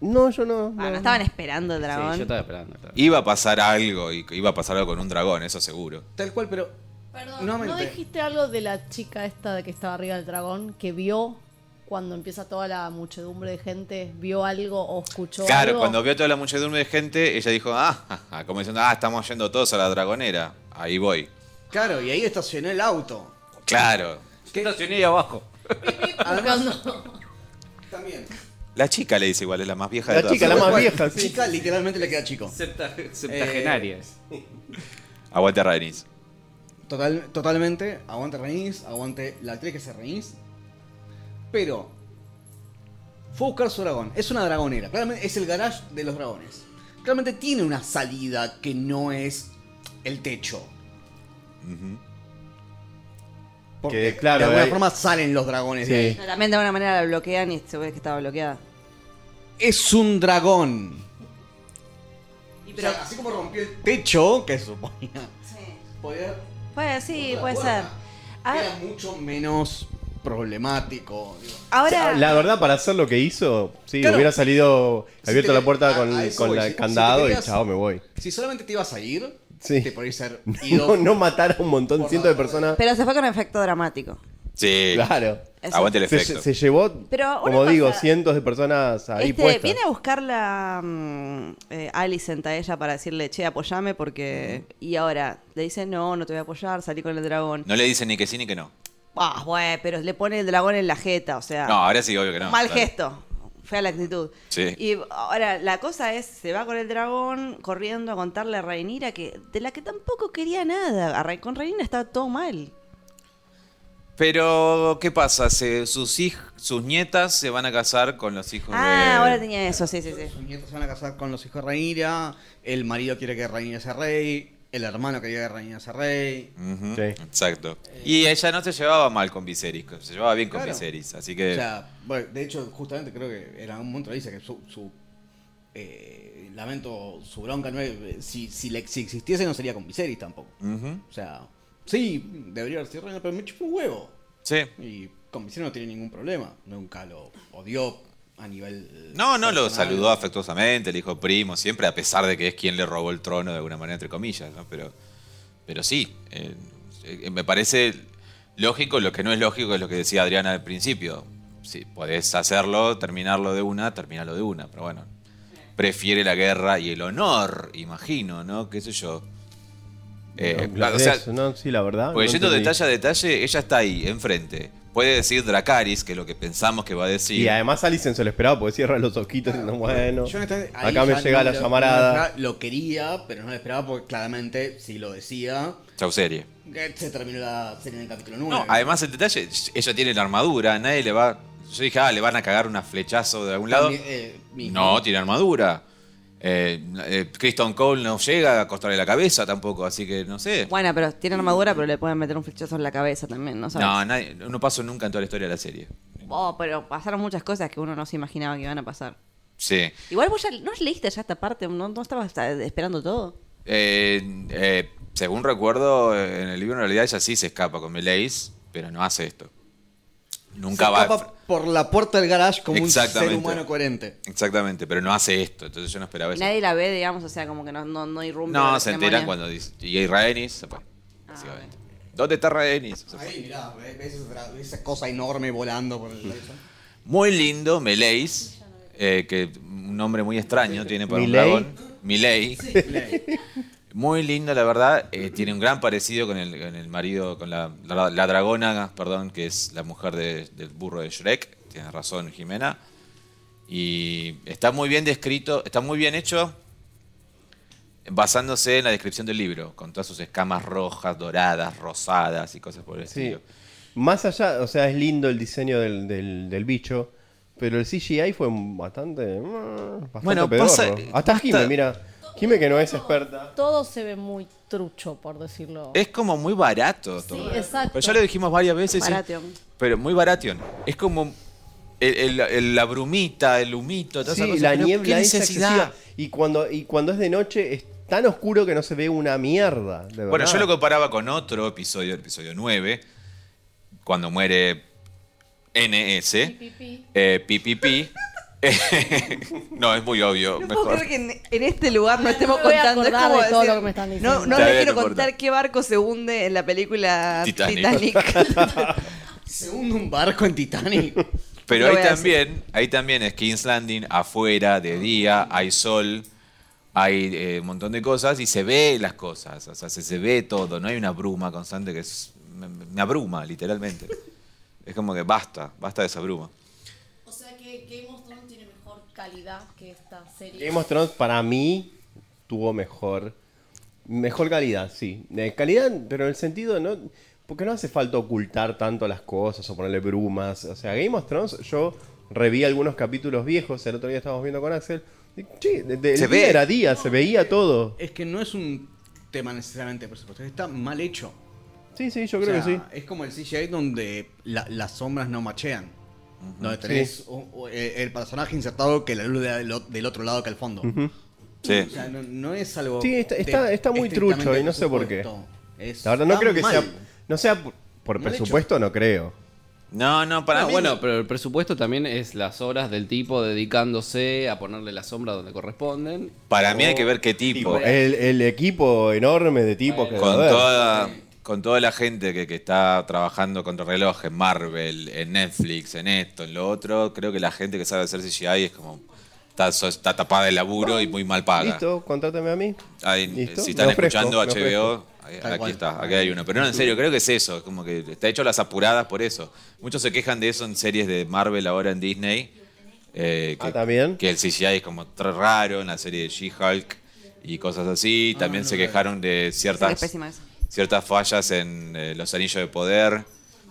A: No, yo no. no.
D: Ah, no estaban esperando el dragón.
G: Sí, yo estaba esperando. claro.
B: Iba a pasar algo, y iba a pasar algo con un dragón, eso seguro.
E: Tal cual, pero...
H: Perdón,
E: No
H: no,
E: me enteré.
F: dijiste algo de la chica esta de que estaba arriba del dragón que vio cuando empieza toda la muchedumbre de gente? ¿Vio algo o escuchó
B: Claro,
F: algo?
B: cuando vio toda la muchedumbre de gente, ella dijo, ah, ja, ja", como diciendo, ah, estamos yendo todos a la dragonera. Ahí voy.
E: Claro, y ahí estacioné el auto.
B: Claro.
G: Yo estacioné ahí abajo.
E: Además, también.
B: La chica le dice igual, es la más vieja
A: La
B: de todas.
A: chica, la más
E: Tal cual,
A: vieja, sí.
E: Chica,
B: Eh,
E: literalmente le queda chico.
G: Septagenarias.
B: Aguante Rainis.
E: Total, totalmente, aguante Renis, aguante la actriz que se Renis. Pero fue a buscar su dragón. Es una dragonera. Claramente es el garage de los dragones. Claramente tiene una salida que no es el techo. Porque
A: Que, claro, eh,
E: de alguna
A: hay-
E: forma salen los dragones de ahí.
D: Pero También de alguna manera la bloquean y se ve que estaba bloqueada.
E: Es un dragón.
D: Y pero-
E: O sea, así como rompió el techo, que suponía poder
D: Puede, sí,
E: la
D: puede
E: puerta,
D: ser. Ah. A ver,
E: era mucho menos problemático. digo.
D: ahora,
A: La verdad, para hacer lo que hizo, sí,
E: Claro.
A: hubiera salido
E: Si
A: abierto
E: te-
A: la puerta
E: a-
A: con,
E: a eso
A: con
E: voy.
A: la-
E: Si-
A: el
E: si te
A: candado y
E: querías-
A: chao, me voy.
E: Si solamente te ibas a ir,
A: Sí.
E: te podrías ser ido.
A: No, no matar a un montón,
E: Por
A: cientos de
E: favor.
A: personas.
D: pero se fue con efecto dramático.
B: Sí.
A: Claro.
D: Eso.
B: Aguante el
A: Se,
B: efecto.
A: se llevó,
D: Pero una
A: como digo,
D: cosa-
A: cientos de personas ahí
D: Este,
A: puestas.
D: viene a buscarla mm, eh, Alicent a ella para decirle, che, apoyame porque... Y ahora le dice, no, no te voy a apoyar, salí con el dragón.
B: No le dicen ni que sí ni que no.
D: Ah, bueno, pero le pone el dragón en la jeta, o sea...
B: No, ahora sí, obvio que no.
D: Ah. mal
B: Claro.
D: gesto. Fea la actitud.
B: Sí.
D: Y ahora, la cosa es, se va con el dragón corriendo a contarle a Reinira que, de la que tampoco quería nada. A Re- con Reinira estaba todo mal.
B: Pero, ¿qué pasa? Se- sus, hij- sus nietas se van a casar con los hijos de...
D: Ah, ahora tenía eso, sí, sí, sí.
E: Sus nietos se van a casar con los hijos de Rhaenyra, el marido quiere que Rhaenyra sea rey, el hermano quería que Rhaenyra sea rey.
B: Ujú,
A: Sí. Eh.
B: Exacto. Y ella no se llevaba mal con Viserys, se llevaba bien con
E: Claro.
B: Viserys, así
A: Eh.
B: que...
E: O sea, bueno, de hecho, justamente creo que era un momento dice que su, su, eh, lamento, su bronca no es- si, si, le- si existiese no sería con Viserys tampoco.
B: ujú,
E: O sea, sí, debería haber sido reina, pero me chupó un huevo.
B: Sí.
E: Y con Viserys no tiene ningún problema. Nunca lo odió a nivel.
B: No, no, lo
E: personal.
B: saludó afectuosamente, le dijo primo, siempre, a pesar de que es quien le robó el trono de alguna manera, entre comillas, ¿no? Pero, pero sí, eh, eh, me parece lógico, lo que no es lógico es lo que decía Adriana al principio. Si podés hacerlo, terminarlo de una, terminalo de una, pero bueno. Prefiere la guerra y el honor, imagino, ¿no? ¿Qué sé yo? Eh,
A: No,
B: claro, o
A: de
B: sea,
A: eso, no, sí, la verdad.
B: porque
A: no
B: yendo
A: entendí.
B: detalle a detalle, ella está ahí, enfrente. Puede decir Dracaris, que es lo que pensamos que va a decir.
A: Y además Alison se lo esperaba porque cierra los ojitos diciendo, bueno,
E: Yo honestamente, ahí
A: acá me
E: ya
A: llega la
E: no lo- no lo
A: llamarada.
E: esperaba, Lo quería, pero no lo esperaba porque claramente, si lo decía,
B: Chau serie.
E: eh, se terminó la serie en el capítulo 9.
B: No, además el detalle, ella tiene la armadura, nadie le va. Yo dije, ah, le van a cagar una flechazo de algún lado.
D: eh,
E: eh,
B: No, tiene armadura. Eh, eh, Kristen Cole no llega a cortarle la cabeza tampoco, así que no sé.
D: Bueno, pero tiene armadura, pero le pueden meter un flechazo en la cabeza también, ¿no sabes?
B: No, nadie- no pasó nunca en toda la historia de la serie.
D: Oh, pero pasaron muchas cosas que uno no se imaginaba que iban a pasar.
B: Sí.
D: Igual vos ya no leíste ya esta parte, no, no estabas eh, esperando todo.
B: Eh, eh, según recuerdo, en el libro en realidad ella sí se escapa con Melays, pero no hace esto. Nunca va.
E: por la puerta del garage como un ser
B: Exactamente.
E: humano coherente.
B: Exactamente, pero no hace esto, entonces yo no esperaba eso.
D: Nadie la ve, digamos, o sea, como que no, no, no irrumpe. en
B: Pues No,
D: la
B: se
D: ceremonia. Ah,
B: enteran cuando dice. Y Raenis se fue. básicamente. ¿Dónde está Raenis? Se fue.
E: Ahí, mirá, ves esa, esa cosa enorme volando por el
B: Muy lindo, Meleis, eh, que un nombre muy extraño tiene para
A: ¿Milei?
B: un dragón. Milei. Muy lindo, la verdad. eh, tiene un gran parecido con el, con el marido, con la, la- la dragona, perdón, que es la mujer de- del burro de Shrek. Tienes razón, Jimena. Y está muy bien descrito, está muy bien hecho, basándose en la descripción del libro, con todas sus escamas rojas, doradas, rosadas y cosas por el
A: Sí.
B: estilo.
A: Más allá, o sea, es lindo el diseño del, del, del bicho, pero el CGI fue bastante. mm, bastante
B: Bueno,
A: pedorro.
B: pasa-
A: Hasta Jime,
B: hasta-
A: mira. Jime que no es experta.
F: Todo se ve muy trucho, por decirlo.
B: Es como muy barato todo.
F: exacto.
B: Pero ya lo dijimos varias veces. ¿eh? y-
D: Baratheon.
B: Pero muy baration. Es como el- el- el- la brumita, el humito, toda esa
A: Sí,
B: cosa.
A: la
B: Pero
A: niebla
B: ¿Qué
A: es
B: necesidad?
A: excesiva. Y cuando, y cuando es de noche es tan oscuro que no se ve una mierda. de
B: Bueno,
A: verdad.
B: yo lo comparaba con otro episodio, el episodio 9, cuando muere NS,
F: Pipí.
B: eh, PPP. no, es muy obvio.
D: No
B: mejor.
D: puedo creer que en, en este lugar no estemos
F: me voy a
D: contando. Es
F: acordar
D: como
F: de todo
D: decir-
F: lo que me están diciendo.
D: No, no
B: Está
D: les
B: bien,
D: quiero
B: no
D: contar
B: importa.
D: qué barco se hunde en la película
B: Titanic.
D: Titanic.
E: Se hunde un barco en Titanic.
B: Pero
D: Lo
B: ahí
D: voy a
B: también, ahí también es King's Landing, afuera, de día, hay sol, hay eh, un montón de cosas y se ve las cosas, o sea, se, se ve todo, no hay una bruma constante que es, me, me abruma, literalmente. es como que basta, basta de esa bruma.
H: O sea que Game of Thrones tiene mejor calidad que esta serie.
A: Game of Thrones para mí tuvo mejor. Mejor calidad, sí. Eh, calidad, pero en el sentido, ¿no? Porque no hace falta ocultar tanto las cosas o ponerle brumas. O sea, Game of Thrones, yo reví algunos capítulos viejos, el otro día estábamos viendo con Axel. y, che, de- de-
B: Se
A: el día
B: ve.
A: era día, se veía todo.
E: Es que no es un tema necesariamente presupuestario, está mal hecho.
A: Sí, sí, yo creo
E: O
A: que sí.
E: sea, Es como el CGI donde la- las sombras no machean. Donde tenés
A: Sí.
E: o- o el, el personaje insertado que la luz de- del, otro lado que al fondo.
B: Sí.
E: O sea, no, no es algo.
A: Sí, está-
E: de-
A: está- está muy
E: estrictamente
A: trucho y no sé por qué.
E: presupuesto. Es-
A: La verdad, no
E: está
A: creo que
E: mal.
A: sea. No sea por- por
E: Mal hecho.
A: presupuesto, no creo.
B: No, no, para
G: No,
B: mí.
G: bueno, pero el presupuesto también es las horas del tipo dedicándose a ponerle la sombra donde corresponden.
B: para mí hay
G: O-
B: que ver qué tipo.
A: El, el equipo enorme de tipos que
B: con
A: debe haber.
B: toda con toda la gente que, que está trabajando contra reloj en Marvel, en Netflix, en esto, en lo otro, creo que la gente que sabe hacer CGI es como está, so- está tapada de laburo y muy mal paga.
A: Listo, contrátame a mí.
B: Ahí, eh,
A: Listo,
B: si
A: me
B: están
A: ofrezco,
B: escuchando
A: me ofrezco.
B: HBO, ahí-
E: Tal
B: aquí
E: cual.
B: está, aquí hay uno. Pero no, en serio, creo que es eso, es como que está hecho a las apuradas por eso. Muchos se quejan de eso en series de Marvel ahora en Disney. eh, que,
A: Ah, ¿también?
B: que el CGI es como tra- raro en la serie de She-Hulk y cosas
E: Ah,
B: así. También se quejaron de
I: Es
B: ciertas
I: pésima esa.
B: ciertas fallas en eh, los anillos de poder,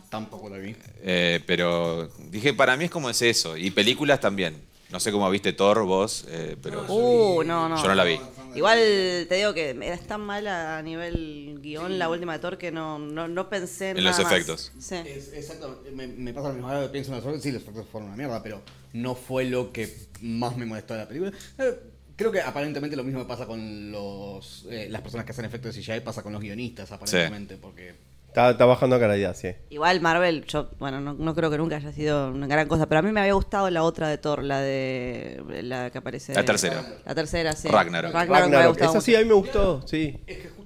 E: Tampoco la vi.
B: eh, pero dije, para mí es como es eso, y películas también. No sé cómo viste Thor vos, eh, pero
I: Uh, no, no.
B: yo no la vi.
I: Igual te digo que era tan mala a nivel guión la última de Thor que no, no, no pensé en
B: En los
I: nada más.
B: efectos.
I: Sí.
E: Es- exacto, me, me pasa lo mismo. Ahora pienso en las fotos, sí, las fotos fueron una mierda, pero no fue lo que más me molestó de la película. Eh, Creo que aparentemente lo mismo que pasa con los, eh, las personas que hacen efectos de CGI, pasa con los guionistas, aparentemente, porque
A: Está, está bajando a calidad, sí.
I: Igual Marvel, yo, bueno, no, no creo que nunca haya sido una gran cosa, pero a mí me había gustado la otra de Thor, la de la que aparece.
B: La tercera.
I: La tercera, sí.
B: Ragnarok.
I: me había
A: Ragnarok.
I: gustado.
A: Esa sí, a mí me gustó, sí.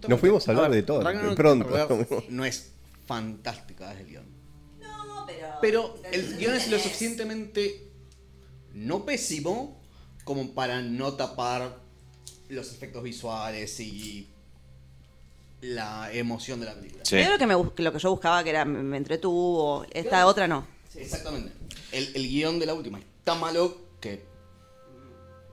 A: Nos fuimos a hablar de todo,
E: Ragnarok,
A: de
E: en realidad,
A: pronto.
E: no es fantástica desde el guión.
I: No,
E: Pero el guión es lo suficientemente no pésimo como para no tapar los efectos visuales y la emoción de la película.
B: Sí.
I: Yo creo que me bus- que lo que yo buscaba que era me me entretuvo, esta otra no.
E: Exactamente. El, el guión de la última es tan malo que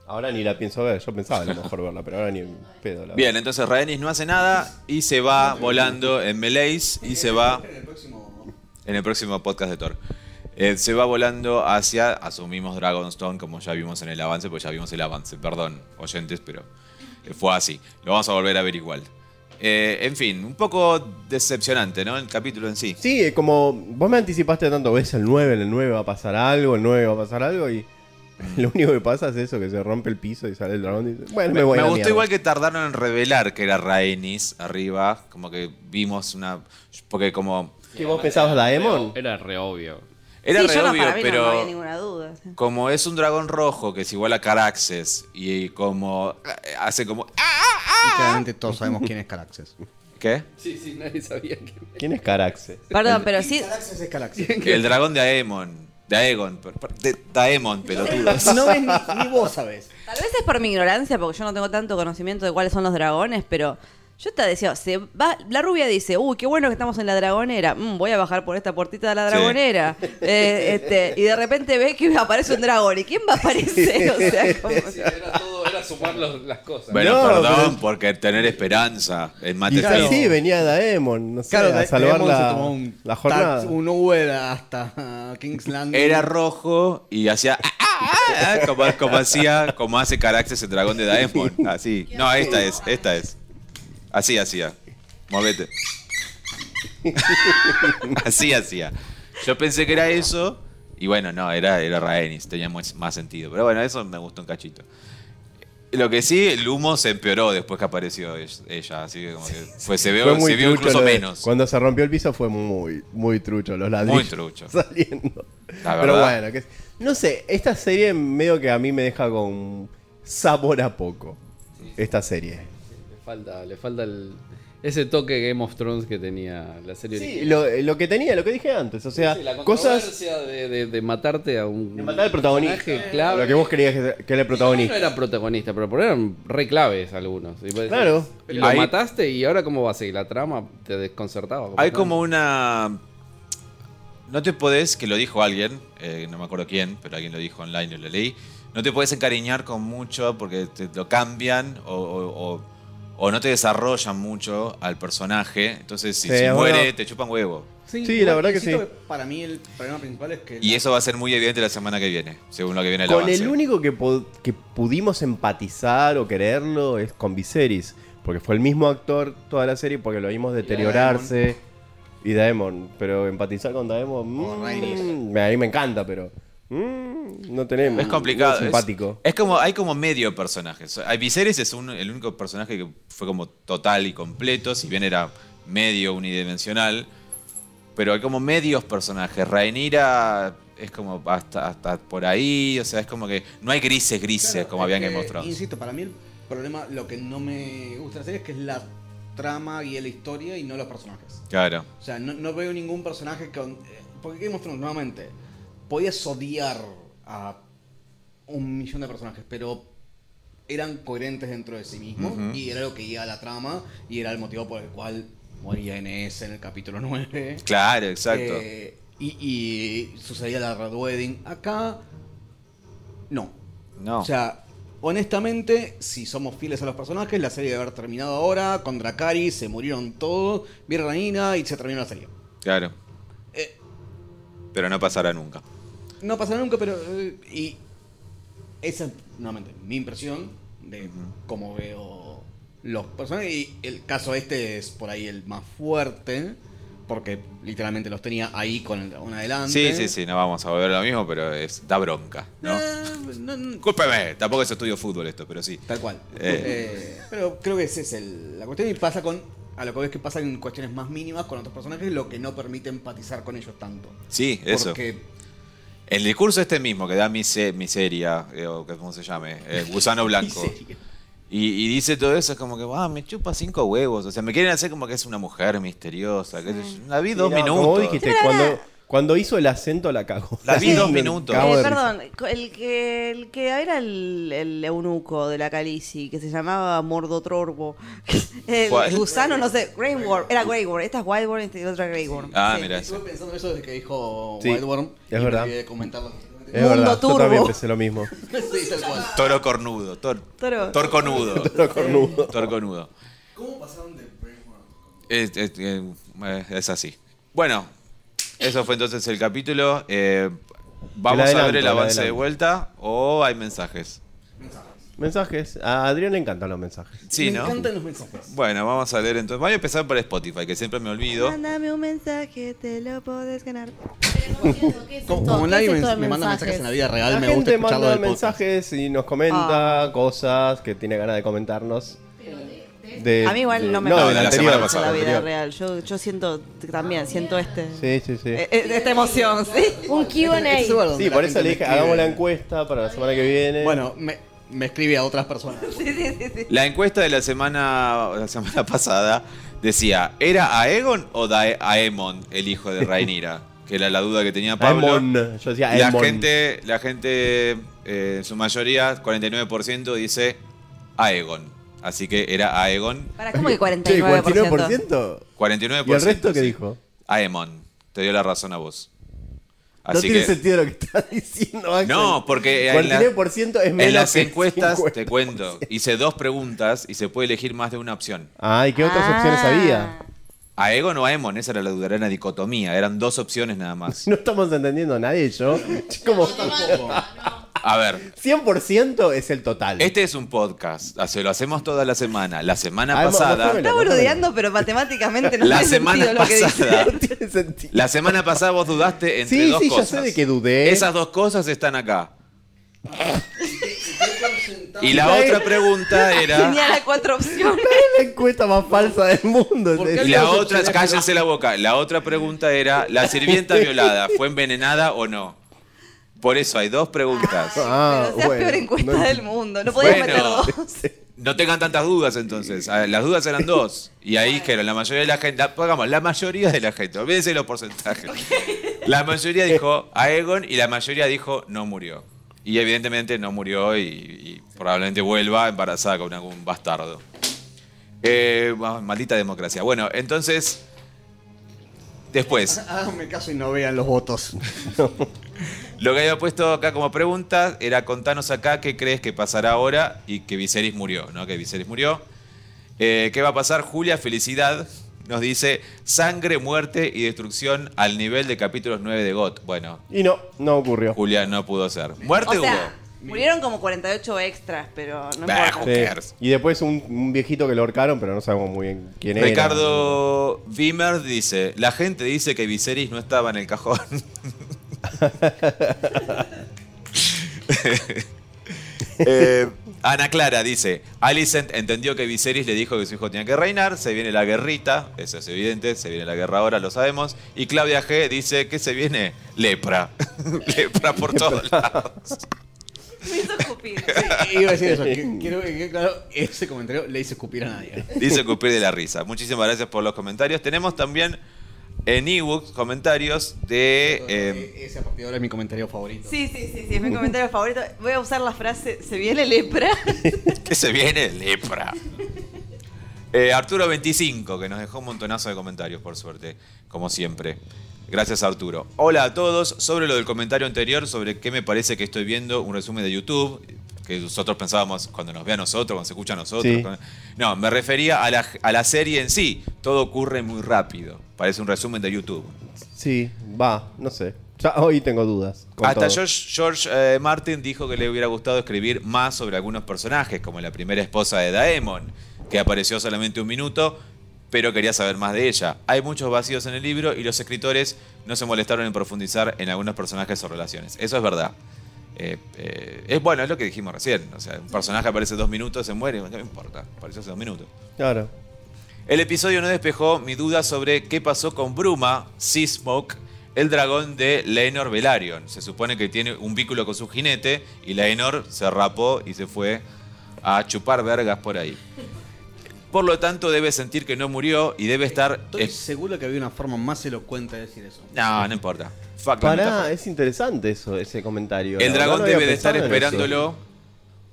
A: Ahora ni la pienso ver, yo pensaba a lo mejor verla, pero ahora ni en pedo la
B: Bien, entonces Rhaenys no hace nada y se va volando en Meleis y se va
E: en el próximo
B: en el próximo podcast de Thor. Eh, se va volando hacia, asumimos Dragonstone, como ya vimos en el avance, pues ya vimos el avance, perdón, oyentes, pero eh, fue así. Lo vamos a volver a ver igual. Eh, en fin, un poco decepcionante, ¿no? El capítulo en sí.
A: Sí, eh, como vos me anticipaste tanto, ves el 9, en el 9 va a pasar algo, el 9 va a pasar algo y lo único que pasa es eso, que se rompe el piso y sale el dragón y dice, bueno, me,
B: Me,
A: voy a la
B: gustó
A: mierda".
B: igual que tardaron en revelar que era Rhaenys arriba, como que vimos una... Porque como...
A: ¿Qué vos pensabas, Daemon?
G: Era re obvio.
B: Era
I: sí,
B: re
I: yo no,
B: obvio,
I: para mí no-
B: pero...
I: no, había ninguna duda. sí.
B: Como es un dragón rojo que es igual a Caraxes y como eh, hace como... ¡Ah!
E: Y claramente todos sabemos quién es Caraxes.
B: ¿Qué?
G: Sí, sí, nadie sabía que.
A: ¿Quién es Caraxe?
I: Perdón, pero sí.
E: Caraxes es Caraxes.
B: El dragón de Aemon. De Aegon. per- per- De Daemon, pelotudo.
E: No ves ni, ni vos sabés.
I: Tal vez es por mi ignorancia, porque yo no tengo tanto conocimiento de cuáles son los dragones, pero yo te decía, se va, la rubia dice, uy, qué bueno que estamos en la dragonera, Mm, voy a bajar por esta puertita de la
B: Sí.
I: dragonera. Eh, este, y de repente ve que aparece un dragón, ¿y quién va a aparecer? O sea, como-
G: Era todo, era sumar las cosas.
B: Bueno,
A: No,
B: perdón,
A: pero-
B: porque tener esperanza en
A: Y
B: Mate
A: claro.
B: Feo.
A: sí, venía Daemon, no sé, a salvar la, la jornada.
E: un Uber hasta King's Landing.
B: Era rojo y hacía. ah, ah, ah, ah, como, como hacía, como hace Caraxes el dragón de Daemon. Así. No, esta es, esta es. Así hacía. Movete. Así hacía. Yo pensé que era eso. Y bueno, no, era, era Rhaenys, tenía más, más sentido. Pero bueno, eso me gustó un cachito. Lo que sí, el humo se empeoró después que apareció ella, así que como que fue, se vio, se vio incluso
A: lo de-
B: menos.
A: Cuando se rompió el piso fue muy, muy trucho los ladrillos.
B: Muy trucho.
A: Saliendo.
B: La
A: Pero
B: verdad.
A: bueno, que, no sé, esta serie medio que a mí me deja con sabor a poco. Esta serie.
G: Le falta, le falta el, ese toque Game of Thrones que tenía la serie
A: Sí,
G: original.
A: lo, lo que tenía, lo que dije antes, o sea,
G: Sí, la
A: cosas...
G: controversia de, de- de matarte a un.
A: De matar al protagonista.
G: personaje clave.
A: Lo que vos querías que, que era el
G: No
A: protagonista.
G: era protagonista, pero eran re claves algunos. Y vos decís,
A: Claro.
G: Y lo
B: Ahí-
G: mataste y ahora cómo va a seguir la trama te desconcertaba.
B: Hay como una. No te podés, que lo dijo alguien, eh, no me acuerdo quién, pero alguien lo dijo online y lo leí. No te podés encariñar con mucho porque te lo cambian o, o- o- o no te desarrollan mucho al personaje. Entonces, si
A: Sí,
B: se
A: es
B: muere,
A: bueno.
B: te chupan huevo.
A: Sí, la
E: igual
A: verdad que
E: insisto
A: sí.
E: Para mí el problema principal es que...
B: Y
E: la-
B: eso va a ser muy evidente la semana que viene, según lo que viene el
A: Con
B: avance.
A: el único que, pu- que pudimos empatizar o quererlo es con Viserys. Porque fue el mismo actor toda la serie, porque lo vimos deteriorarse. Y Daemon. Pero empatizar con Daemon. mm,
E: Rhaenys.
A: a mí me encanta, pero. mm, no tenemos.
B: Es
A: no
B: complicado.
A: es
B: es-
A: simpático.
B: Es, como, hay como medio personajes. Hay- Viserys es un- el único personaje que fue como total y completo, si bien era medio unidimensional. Pero hay como medios personajes. Rhaenyra es como hasta, hasta por ahí. O sea, es como que no hay grises grises
E: Claro,
B: como
E: es
B: habían que,
E: que,
B: mostrado.
E: Insisto, para mí el problema, lo que no me gusta de la serie es que es la trama y la historia y no los personajes.
B: Claro.
E: O sea, no, no veo ningún personaje con... eh, Porque Game of Thrones, nuevamente, podías odiar a un millón de personajes, pero eran coherentes dentro de sí mismos
B: Ujú.
E: y era lo que iba a la trama y era el motivo por el cual moría NS en el capítulo 9.
B: Claro, exacto.
E: Eh, y, y sucedía la Red Wedding. Acá, no.
B: no.
E: O sea, honestamente, si somos fieles a los personajes, la serie debe haber terminado ahora. Con Dracarys se murieron todos. Vieron a Nina y se terminó la serie.
B: claro.
E: Eh,
B: Pero no pasará nunca.
E: no pasará nunca, pero. eh, y. Esa es, nuevamente, mi impresión de cómo veo los personajes. Y el caso este es por ahí el más fuerte. Porque literalmente los tenía ahí con el dragón
B: Sí,
E: adelante.
B: sí, sí, no vamos a volver a lo mismo, pero es, da bronca, ¿no?
E: Eh, no, no,
B: Discúlpeme, tampoco es estudio fútbol esto, pero sí.
E: Tal cual.
B: Eh.
E: Eh, pero creo que esa es el- la cuestión. Y pasa con. A lo que ves que pasa en cuestiones más mínimas con otros personajes, lo que no permite empatizar con ellos tanto.
B: Sí, eso.
E: Porque
B: El discurso este mismo que da Mise- Miseria, eh, o que- cómo se llame, eh, Gusano Blanco. Y, y dice todo eso, es como que, ah, me chupa cinco huevos. O sea, me quieren hacer como que es una mujer misteriosa. Que La vi dos
A: Mira,
B: minutos.
A: Como dijiste,
D: Sí, pero
A: cuando,
D: ahora-
A: cuando hizo el acento la cagó.
B: La vi
A: Sí,
B: dos
A: me
B: minutos.
A: cago de
D: Eh,
A: risa.
D: perdón, co- el que, el que era el, el eunuco de la Calici, que se llamaba Mordotrorbo. El
B: ¿Cuál?
D: gusano, no sé, Grey Worm. Era Grey Worm. Esta es White Worm y esta es otra Grey Worm.
B: Ah,
D: Sí.
B: mira.
E: estuve pensando eso desde que dijo
A: Sí,
E: Wild Worm.
A: es verdad.
E: De comentarlo.
A: Es
D: Mundo
A: verdad,
D: turbo.
A: yo también pensé lo mismo.
E: Sí, tal cual.
B: Toro cornudo. Tor,
D: Toro.
B: Torconudo.
A: Lo cornudo.
B: Torconudo.
H: ¿Cómo pasaron de Brainworm?
B: Es, es- eh, es así. Bueno, eso fue entonces el capítulo. Eh, vamos a ver
A: adelanto,
B: el
A: el
B: avance de
A: adelanto.
B: vuelta o hay mensajes.
A: Mensajes. A Adrián le encantan los mensajes.
B: Sí,
E: Me
B: ¿no?
E: encantan los mensajes.
B: Bueno, vamos a leer entonces. Voy a empezar por Spotify, que siempre me olvido.
D: Mándame un mensaje, te lo podés ganar.
F: Pero no entiendo, ¿qué es
E: Como,
F: esto?
E: como
F: ¿Qué
E: nadie
F: es
E: me,
F: esto de
E: me manda mensajes en la vida real,
A: La
E: me gusta
A: gente
E: escucharlo
A: manda
E: del podcast.
A: mensajes y nos
D: Ah.
A: comenta cosas que tiene ganas de comentarnos. De-
D: Eh, A mí igual
A: de-
D: no me
B: no,
D: pasa
B: de la
D: mucho
B: semana
D: en
B: pasada,
D: la vida
A: eh, anterior.
D: real. Yo, yo siento también, siento este.
A: Sí, sí, sí.
D: eh, eh, esta emoción, ¿sí?
F: Un
E: este, Es el lugar
F: QA.
E: donde
A: sí,
E: la
A: por eso
E: gente
A: le
E: me
A: dije,
E: escribe.
A: hagamos la encuesta para la semana que viene.
E: Bueno, me, me escribe a otras personas.
B: La encuesta de la semana, la semana pasada decía, ¿era Aegon o Dae- Aemon el hijo de Rhaenyra? Que era la duda que tenía Pablo.
A: Aemon. Yo decía
B: La
A: Aemon.
B: gente, la gente eh, en su mayoría, 49% dice Aegon. Así que era Aegon.
I: Para, ¿cómo que
A: Che,
I: 49%?
A: 49%.
B: 49%.
A: ¿Y el resto qué
B: sí.
A: dijo?
B: Aemon. Te dio la razón a vos.
A: no
B: Así
A: tiene
B: que-
A: sentido lo que estás diciendo, Axel.
B: No, porque en la-
A: 49% es menos
B: en las
A: que
B: encuestas,
A: 50.
B: te cuento, hice dos preguntas y se puede elegir más de una opción.
A: Ah, ¿y qué otras opciones había?
D: Ah.
B: Aegon o Aemon, esa era la duda, era una dicotomía, eran dos opciones nada más.
A: No estamos entendiendo nadie, yo. Como
B: A ver,
A: 100% es el total.
B: este es un podcast, así lo hacemos toda la semana. La semana
A: Aemon,
B: pasada,
A: mostrame
D: Está boludeando, pero matemáticamente no
B: La
D: tiene
B: semana
D: sentido lo que dice.
B: pasada.
A: No tiene sentido.
B: la semana pasada vos dudaste entre
A: Sí,
B: dos
A: sí, ya
B: cosas.
A: sé de que dudé.
B: Esas dos cosas están acá. Y la otra pregunta era
D: Tenía las cuatro opciones.
A: Es la encuesta más falsa del mundo.
E: ¿Por qué
B: y
A: Es-
B: la otra, cállense la boca. La otra pregunta era la sirvienta violada, ¿fue envenenada o no? Por eso hay dos preguntas.
A: Ah,
D: pero es la
A: bueno,
D: peor encuesta
A: no-
D: del mundo. No podías
B: Bueno.
D: meter dos.
B: No tengan tantas dudas entonces. A ver, Las dudas eran dos. Y ahí dijeron, la mayoría de la gente, pongamos, la mayoría de la gente, olvídense los porcentajes. La mayoría dijo Aegon y la mayoría dijo no murió. Y evidentemente no murió y, y probablemente vuelva embarazada con algún bastardo. Eh, ma- maldita democracia. Bueno, entonces, después,
E: Háganme caso y no vean los votos.
B: lo que había puesto acá como pregunta era contanos acá qué crees que pasará ahora y que Viserys murió, ¿no? Que Viserys murió. Eh, ¿Qué va a pasar? Julia Felicidad nos dice sangre, muerte y destrucción al nivel de capítulos 9 de GOT. Bueno,
A: Y no, no ocurrió.
B: Julia no pudo ser. ¿Muerte
I: O sea,
B: hubo?
I: murieron como 48 extras, pero no
B: Bah,
I: importa.
B: who
A: Sí.
B: cares?
A: Y después un, un viejito que lo ahorcaron, pero no sabemos muy bien quién era.
B: Ricardo Vimer dice, la gente dice que Viserys no estaba en el cajón. Eh, Ana Clara dice, Alicent entendió que Viserys le dijo que su hijo tenía que reinar, se viene la guerrita, eso es evidente, se viene la guerra ahora, lo sabemos, y Claudia G dice que se viene lepra, lepra por todos lados.
I: Me hizo escupir.
E: Iba a decir eso. que- Quiero que quede claro, ese comentario le hice escupir a nadie.
B: Dice Cupir de la risa. Muchísimas gracias por los comentarios. Tenemos también en ebooks comentarios de... eh,
E: E- ese a partir de ahora es mi comentario favorito.
I: Sí, sí, sí, sí, es mi comentario favorito. Voy a usar la frase, se viene lepra.
B: ¿Qué se viene? Lepra. Eh, Arturo25, que nos dejó un montonazo de comentarios, por suerte, como siempre. Gracias, Arturo. Hola a todos. Sobre lo del comentario anterior, sobre qué me parece que estoy viendo, un resumen de YouTube, que nosotros pensábamos cuando nos ve a nosotros, cuando se escucha a nosotros.
A: Sí.
B: cuando- No, me refería a la, a la serie en sí. Todo ocurre muy rápido. Parece un resumen de YouTube.
A: Sí, va, no sé. Ya hoy tengo dudas. con
B: Hasta
A: todo.
B: George, George, eh, Martin dijo que le hubiera gustado escribir más sobre algunos personajes, como la primera esposa de Daemon, que apareció solamente un minuto, pero quería saber más de ella. Hay muchos vacíos en el libro y los escritores no se molestaron en profundizar en algunos personajes o relaciones. Eso es verdad. Eh, eh, es bueno, es lo que dijimos recién. O sea, un personaje aparece dos minutos, se muere, no importa, apareció hace dos minutos.
A: Claro.
B: El episodio no despejó mi duda sobre qué pasó con Bruma, Sea Smoke, el dragón de Laenor Velaryon. Se supone que tiene un vínculo con su jinete y Laenor se rapó y se fue a chupar vergas por ahí. Por lo tanto, debe sentir que no murió y debe estar...
E: Estoy
B: es-
E: seguro que había una forma más elocuente de decir eso.
B: No, no importa. Fuck la metáfora.
A: Pará, es interesante eso, ese comentario.
B: El
A: La verdad
B: dragón
A: no había
B: debe de estar
A: pensado en eso.
B: esperándolo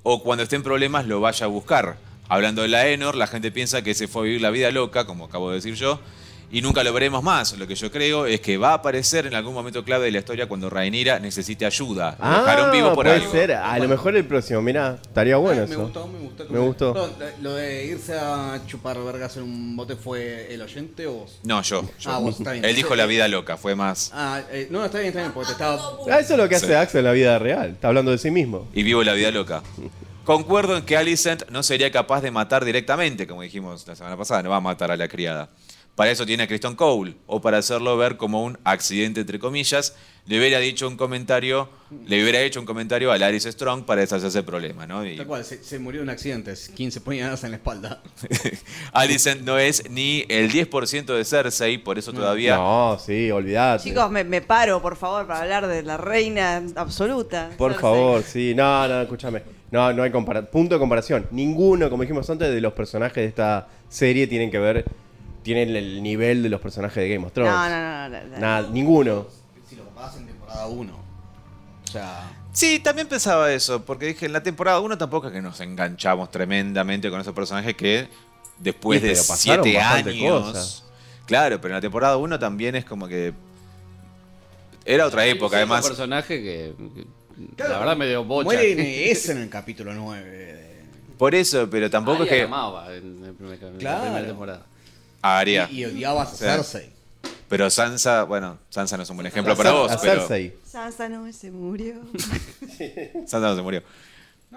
B: o cuando esté en problemas lo vaya a buscar. Hablando de la Enor, la gente piensa que se fue a vivir la vida loca, como acabo de decir yo, y nunca lo veremos más. Lo que yo creo es que va a aparecer en algún momento clave de la historia cuando Rhaenyra necesite ayuda. Lo
A: Ah,
B: dejaron vivo por
A: puede
B: algo. Eh,
A: ser. A lo mejor el próximo, mirá, estaría bueno
E: Ay,
A: eso.
E: Me gustó, me gustó. el
A: Me gustó.
E: comentario. Perdón, lo de irse a chupar vergas en un bote fue el oyente o vos.
B: No, yo. yo.
E: Ah, vos, está bien.
B: Él dijo la vida loca, fue más.
E: Ah, eh, no, está bien, está bien, porque te estaba.
A: Ah, eso es lo que hace
B: Sí.
A: Axel en la vida real. Está hablando de sí mismo.
B: Y vivo la vida loca. Concuerdo en que Alicent no sería capaz de matar directamente, como dijimos la semana pasada, no va a matar a la criada. Para eso tiene a Kristen Cole, o para hacerlo ver como un accidente entre comillas, le hubiera dicho un comentario, le hubiera hecho un comentario a Laris Strong para deshacerse del problema, ¿no? Y
E: Tal cual, se, se murió en un accidente, 15 puñaladas en la espalda.
B: Alicent no es ni el 10% de Cersei, por
E: Mm.
B: eso todavía
A: No, sí, olvidate.
I: Chicos, me, me paro, por favor, para hablar de la reina absoluta.
A: Por
I: Cersei.
A: favor, sí. No, no, escúchame. No, no hay compara- punto de comparación. Ninguno, como dijimos antes, de los personajes de esta serie tienen que ver, tienen el nivel de los personajes de Game of
I: No,
A: Thrones.
I: no, no, no, no, no.
A: Nada, ninguno.
E: Si lo comparabas en temporada 1. O sea.
B: Sí, también pensaba eso, porque dije, en la temporada 1 tampoco es que nos enganchamos tremendamente con esos personajes que después
A: Y
B: de
A: pero pasaron
B: 7
A: bastante
B: años...
A: cosas.
B: Claro, pero en la temporada 1 también es como que... Era otra época,
G: Hay un
B: además...
G: personaje que, que la verdad me dio bocha.
E: Muere NS en el capítulo 9.
B: Por eso, pero tampoco es
G: Arya
B: que...
G: amaba en, el primer- en la
E: Claro.
G: primera temporada.
B: Aria.
E: Y, y odiabas a
B: Sí.
E: Cersei.
B: Pero Sansa, bueno, Sansa no es un buen ejemplo para
A: A
B: vos,
A: Cer- a
B: pero...
A: Cersei.
I: Sansa no se murió.
B: Sansa no se murió.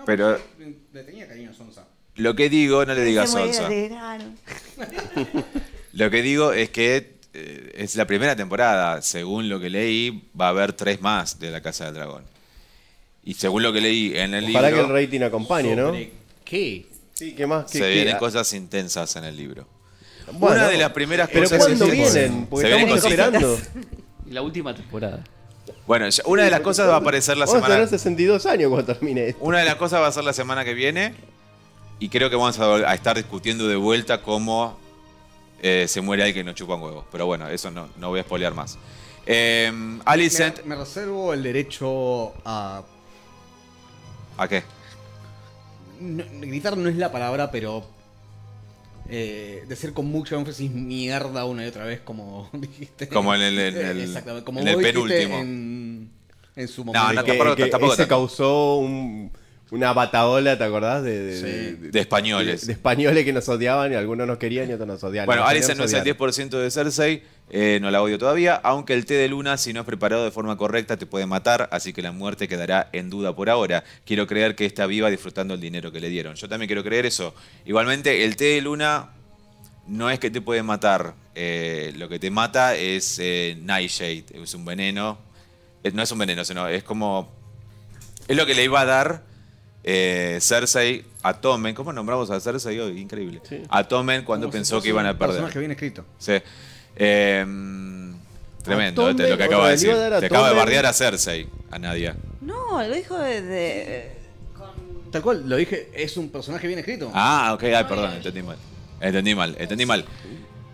B: Pero
E: Le tenía cariño a Sansa.
B: lo que digo, no le digas
I: Se muere
B: Sansa.
I: de enano.
B: Lo que digo es que eh, es la primera temporada. Según lo que leí, va a haber tres más de la Casa del Dragón. Y según lo que leí en el
A: Ojalá que
B: libro,
A: el rating acompañe, ¿no?
E: ¿Qué?
A: Sí, ¿qué más? ¿Qué-
B: se
A: qué-
B: vienen
A: ah,
B: cosas intensas en el libro.
A: bueno,
B: Una de las primeras
A: Pero
B: cosas
A: ¿cuándo
B: que se-
A: vienen? Porque
B: se vienen
A: estamos
B: cositas.
A: esperando.
G: Y la última temporada.
B: Bueno, ya- una de las cosas va a aparecer la
A: Vamos a
B: semana.
A: tener 62 años cuando termine esto.
B: Una de las cosas va a ser la semana que viene. Y creo que vamos a, vol- a estar discutiendo de vuelta cómo eh, se muere alguien que no chupa un huevo. Pero bueno, eso no, no voy a spoilear más. Eh, Alicent.
E: Me, me reservo el derecho a.
B: ¿A qué?
E: no- gritar no es la palabra, pero. eh, decir con mucho énfasis mierda una y otra vez, como dijiste. Eh,
B: Como en el- en el-
E: Exactamente, como
B: en el
E: vos dijiste
B: penúltimo.
E: En, en su
B: No,
E: momento.
B: Ah, no te
A: Que,
B: Tampoco-
A: que
B: tampoco
A: ese
B: tanto.
A: causó un, una bataola, ¿te acordás? De, de,
E: Sí.
A: de- de-
B: De españoles.
A: de españoles que nos odiaban y algunos nos querían y otros nos odiaban.
B: Bueno,
A: Nos
B: Alicent no
A: querían,
B: es el
A: nos odiaban.
B: 10% de Cersei, eh, no la odio todavía, aunque el té de luna, si no es preparado de forma correcta, te puede matar, así que la muerte quedará en duda por ahora. Quiero creer que está viva disfrutando el dinero que le dieron. Yo también quiero creer eso. Igualmente, el té de luna no es que te puede matar, eh, lo que te mata es eh, Nightshade, es un veneno. Eh, No es un veneno, sino es como... Es lo que le iba a dar eh, Cersei a Tommen. ¿Cómo nombramos a Cersei hoy? Increíble. A Tommen cuando pensó que iban a perder.
E: personaje bien escrito.
B: Sí. Eh, tremendo, este, lo que
A: Tommen,
B: acabo
A: otra
B: de
A: vez, le
B: decir.
A: iba a dar a
B: Te acabo de
A: Tommen.
B: bardear a Cersei, a Nadia.
I: No, lo dijo de. de-
E: Tal cual, lo dije, es un personaje bien escrito.
B: Ah, ok, ay, perdón, entendí mal. Entendí mal, entendí mal.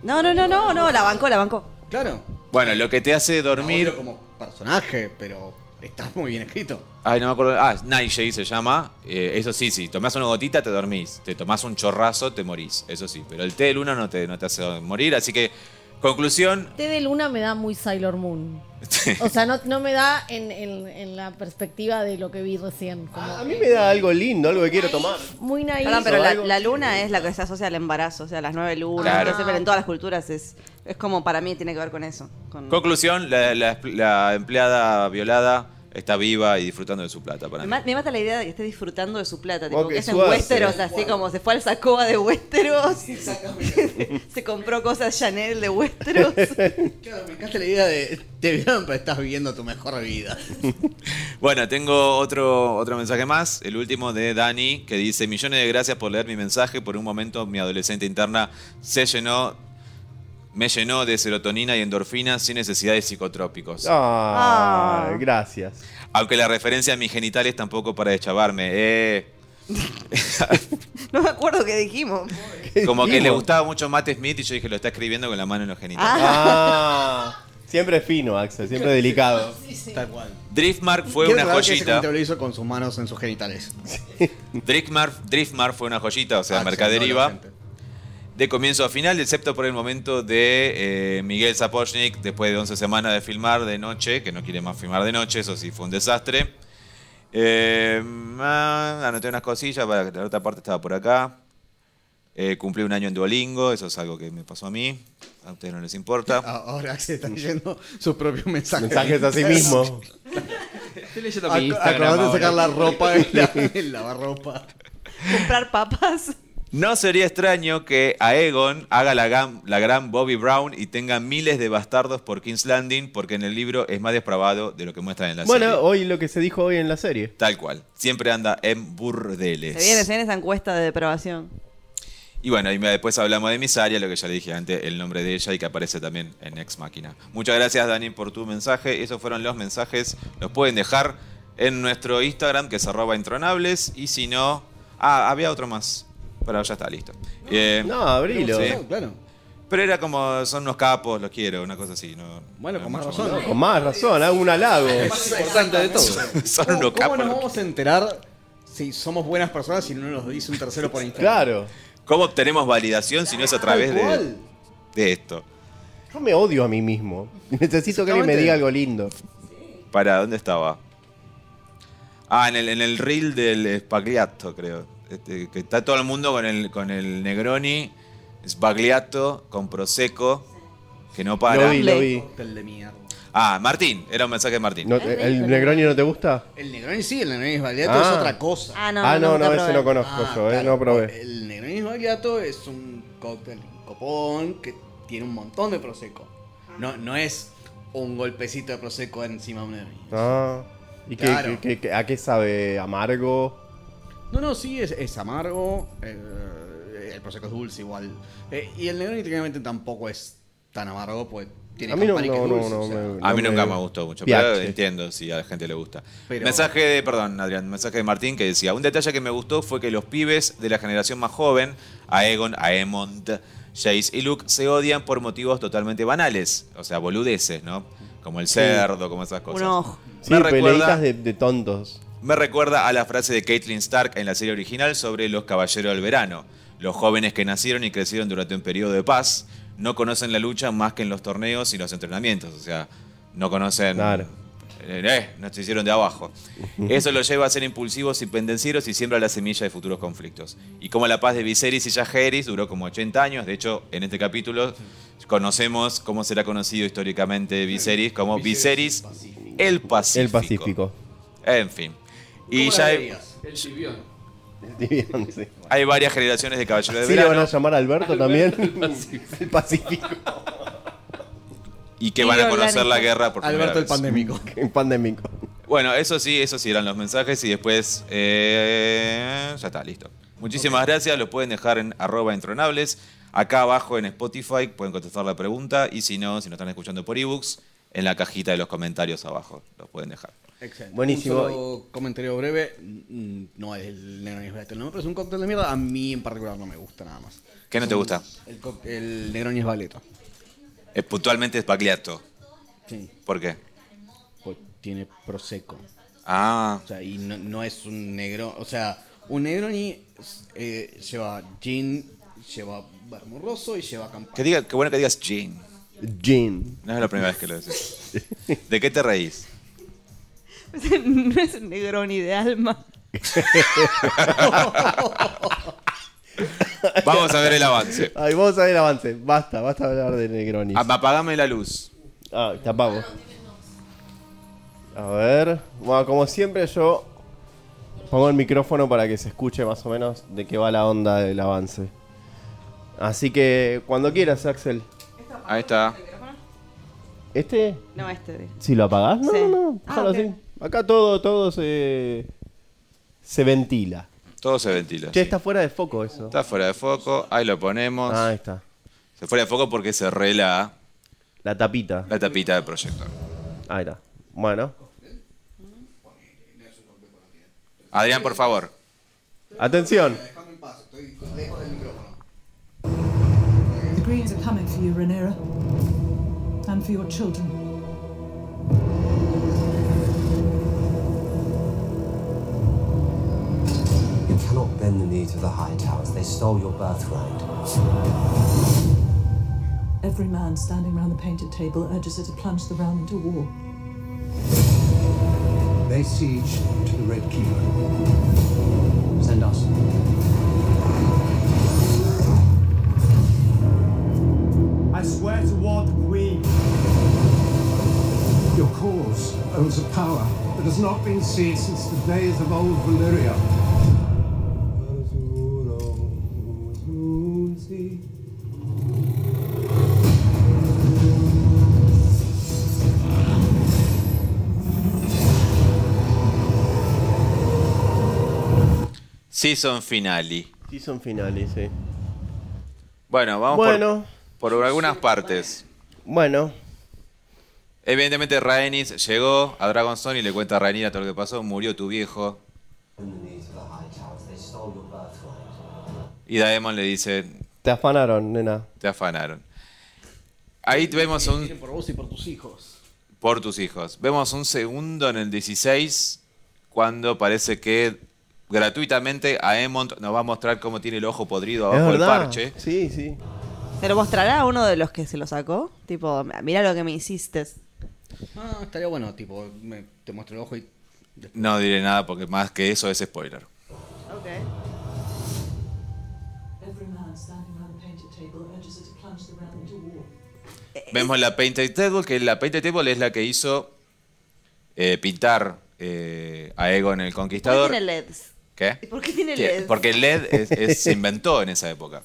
I: No, no, no, no, no, la bancó, la bancó.
E: Claro.
B: Bueno, lo que te hace
E: La
B: dormir.
E: odio como personaje, pero está muy bien escrito.
B: Ay, no me acuerdo. Ah, Nightshade se llama. Eh, eso sí, sí. Tomás una gotita, te dormís. Te tomás un chorrazo, te morís. Eso sí. Pero el té de luna no te, no te hace morir. Así que, conclusión.
F: Té de luna me da muy Sailor Moon. O sea, no, no me da en, en- en la perspectiva de lo que vi recién. como
E: Ah,
A: A mí me da algo lindo, algo que quiero tomar.
F: Muy naive.
I: Perdón, pero la, la luna es la que se asocia al embarazo, o sea, las nueve lunas.
B: Claro.
I: entonces, pero en todas las culturas es, es como para mí tiene que ver con eso. con-
B: Conclusión: la, la- la empleada violada está viva y disfrutando de su plata para
I: Me,
B: mí.
I: ma- me mata la idea de que esté disfrutando de su plata, tipo,
A: Ok,
I: que es en
A: suave.
I: Westeros, así como se fue al Sacoa de Westeros, se compró cosas Chanel de Westeros.
E: Claro, me encanta la idea de te vieron, pero estás viviendo tu mejor vida.
B: Bueno, tengo otro, otro mensaje más, el último de Dani, que dice, millones de gracias por leer mi mensaje, por un momento mi adolescente interna se llenó, me llenó de serotonina y endorfinas sin necesidad de psicotrópicos.
A: Ah,
I: Ah.
A: gracias.
B: Aunque la referencia a mis genitales tampoco para deschavarme. eh.
I: no me acuerdo qué dijimos.
B: como que le
A: dijimos?
B: gustaba mucho Matt Smith y yo dije, lo está escribiendo con la mano en los genitales.
A: Ah, siempre fino, Axel, siempre delicado.
E: Tal cual.
B: Driftmark fue una
E: Quiero aclarar que ese
B: joyita.
E: comentario lo hizo con sus manos en sus genitales.
B: Driftmark, Driftmark fue una joyita, o sea,
E: Ah,
B: Mercaderiva.
E: no, la gente.
B: de comienzo a final, excepto por el momento de eh, Miguel Zapochnik, después de 11 semanas de filmar de noche, que no quiere más filmar de noche, eso sí fue un desastre. Eh, ah, anoté unas cosillas, para que la otra parte estaba por acá. Eh, cumplí un año en Duolingo, eso es algo que me pasó a mí, a ustedes no les importa.
E: Ahora Axel está leyendo sus propios mensajes.
A: Mensajes a sí mismo.
G: Estoy leyendo mi
E: Ac-
G: Instagram.
E: Acabas de
G: ahora.
E: sacar la ropa en la, en lavarropa.
I: Comprar papas.
B: No sería extraño que a Egon haga la, gam- la gran Bobby Brown y tenga miles de bastardos por King's Landing, porque en el libro es más depravado de lo que muestran en la serie.
A: Bueno, hoy lo que se dijo hoy en la serie.
B: Tal cual. Siempre anda en
I: Se viene,
B: burdeles.
I: se viene esa encuesta de deprobación.
B: Y bueno, y me- después hablamos de Misaria, lo que ya le dije antes, el nombre de ella y que aparece también en Ex Máquina. Muchas gracias, Dani, por tu mensaje. Esos fueron los mensajes. Los pueden dejar en nuestro Instagram, que es arroba intronables. Y si no. Ah, había otro más. Pero ya está, listo. Eh,
A: No, abrilo.
B: Sí.
E: No, claro.
B: Pero era como, son unos capos, los quiero, una cosa así. No,
E: Bueno,
B: no
E: con
B: es
E: más
B: mucho
E: razón.
A: Con más razón, hago un halago.
E: importante de todo.
B: Son unos
E: ¿Cómo
B: capos.
E: nos
B: los
E: vamos a enterar si somos buenas personas si no nos lo dice un tercero por Instagram?
A: Claro.
B: quiero. ¿Cómo obtenemos validación si no es a través
E: Tal
B: de,
E: cual.
B: de esto?
A: Yo me odio a mí mismo. Necesito que alguien me
E: Exactamente.
A: diga algo lindo.
B: Para, ¿dónde estaba? Ah, en el, en el reel del Spagliato, creo. Este, que está todo el mundo con el, con el Negroni, Spagliato, con Prosecco, que no
A: Lo
B: para.
A: vi, lo vi.
E: Hotel de mierda.
B: Ah, Martín, era un mensaje de Martín.
A: No, ¿El Negroni no te gusta?
E: El Negroni sí, el Negroni Sbagliato
A: Ah.
E: es otra cosa.
I: Ah, no,
A: Ah, no, no,
I: nunca
A: ese
I: probé.
A: no conozco
E: Ah,
A: yo, eh,
E: claro.
A: no probé.
E: El Negroni Sbagliato es un cóctel copón que tiene un montón de prosecco. No, no es un golpecito de prosecco encima de un Negroni.
A: Ah. ¿Y qué-
E: Claro.
A: qué- qué- qué- a qué sabe? ¿Amargo?
E: No, no, sí, es, es amargo. eh, el prosecco es dulce igual. Eh, y el Negroni técnicamente tampoco es tan amargo, pues tiene
A: A mí no,
E: Campari
A: no,
E: que es
A: no,
E: dulce,
A: no,
E: o sea.
A: me-
B: A mí
A: no
B: nunca me gustó mucho, pero
A: Piace.
B: entiendo si a la gente le gusta.
E: Pero-
B: Mensaje de, perdón, Adrián, mensaje de Martín que decía, un detalle que me gustó fue que los pibes de la generación más joven, Aegon, Aemond, Jace y Luke, se odian por motivos totalmente banales, o sea, boludeces, ¿no? Como el cerdo, como esas cosas.
I: Un ojo.
A: Sí,
B: me, recuerda,
A: peleitas de, de tontos.
B: me recuerda a la frase de Caitlin Stark en la serie original sobre los caballeros del verano. Los jóvenes que nacieron y crecieron durante un periodo de paz no conocen la lucha más que en los torneos y los entrenamientos. O sea, no conocen
A: Claro.
B: eh, eh, nos hicieron de abajo. Eso lo lleva a ser impulsivos y pendencieros y siembra la semilla de futuros conflictos. Y como la paz de Viserys y Jaehaerys duró como 80 años, de hecho, en este capítulo conocemos cómo será conocido históricamente Viserys como Viserys el Pacífico.
A: El Pacífico.
B: En fin. Y
E: ¿Cómo
B: ya
E: la
B: hay,
E: veías?
G: El tibión.
A: Divían, sí.
B: hay varias generaciones de caballeros de
A: ¿Sí le van a
B: verano
A: llamar a Alberto también?
G: Alberto el Pacífico.
A: El Pacífico.
B: y que van a
D: Tyrion
B: conocer la
D: Lannister.
B: guerra por primera
E: Alberto el
B: vez.
E: pandémico.
A: En pandémico.
B: Bueno, eso sí, eso sí eran los mensajes y después eh, ya está, listo. Muchísimas gracias, lo pueden dejar en arroba entronables. Acá abajo en Spotify pueden contestar la pregunta y si no, si no están escuchando por ebooks, en la cajita de los comentarios abajo los pueden dejar.
E: Excelente.
A: Buenísimo.
E: Un solo comentario breve. Mm, No es el negro Niñez Violet el nombre, pero es un cóctel de mierda. A mí en particular no me gusta nada más.
B: ¿Qué no te
E: Es un-
B: gusta?
E: El, cóct- el negro Niñez Violet.
B: Eh, puntualmente es Bagliato.
E: Sí.
B: ¿Por qué?
E: Pues tiene prosecco.
B: Ah,
E: O sea, y no, no es un negro. O sea, un negro ni eh, lleva gin, lleva vermurroso y lleva campana.
B: que diga, qué bueno que digas Jean.
A: Jean.
B: No es la primera vez que lo decís. ¿De qué te reís?
D: no es un negroni de alma.
B: Vamos a ver el avance.
A: Ay, vamos a ver el avance. Basta, basta de hablar de Negroni.
B: Ap- Apagame Ah, la luz.
A: Ah, tapamos. A ver. Bueno, como siempre yo pongo el micrófono para que se escuche más o menos de qué va la onda del avance. Así que cuando quieras, Axel.
B: Ahí está.
A: ¿Este?
D: No, este.
A: Si lo apagás, no,
D: Sí.
A: no,
D: Ah,
A: déjalo
D: ok.
A: así. Acá todo, todo se. se ventila.
B: Todo se ventila. sí.
A: Che, está fuera de foco eso.
B: Está fuera de foco. Ahí lo ponemos.
A: Ah, ahí está.
B: Se fuera de foco porque cerré la,
A: La tapita.
B: la tapita del proyector.
A: Ahí está. Bueno.
B: Adrián, por favor.
A: Atención.
J: The Greens are coming for you, Rhaenyra. And for your children.
K: You cannot bend the knee to the high towers. They stole your birthright.
J: Every man standing round the painted table urges her to plunge the realm into war.
K: They siege to the Red Keeper. Send us.
H: I swear to ward the Queen.
K: Your cause owns a power that has not been seen since the days of old Valyria.
B: Season finale.
A: Sí, son finales, sí.
B: Bueno, vamos
A: Bueno.
B: por, por algunas partes.
A: Bueno.
B: Evidentemente Rhaenys llegó a Dragonstone y le cuenta a Rhaenyra todo lo que pasó. Murió tu viejo. Y Daemon le dice,
A: Te afanaron, nena.
B: te afanaron. Ahí vemos un...
E: Por vos y por tus hijos.
B: Por tus hijos. Vemos un segundo en el 16 cuando parece que gratuitamente a Emond nos va a mostrar cómo tiene el ojo podrido abajo del parche.
A: Sí, sí.
D: ¿Se lo mostrará a uno de los que se lo sacó? Tipo, mira lo que me hiciste.
E: Ah, estaría bueno, tipo, me- te muestro el ojo y.
B: No diré nada porque más que eso es spoiler.
D: Ok.
J: Every man standing round the painted table urges her to plunge the realm into war.
D: Eh,
B: Vemos la Painted Table, que la Painted Table es la que hizo eh, pintar eh, a Egon el
D: ¿Por qué
B: Conquistador.
D: tiene LEDs? ¿Y
B: ¿Qué?
D: por qué tiene E
B: Sí,
D: LEDs?
B: Porque el LED es- es- se inventó en esa época.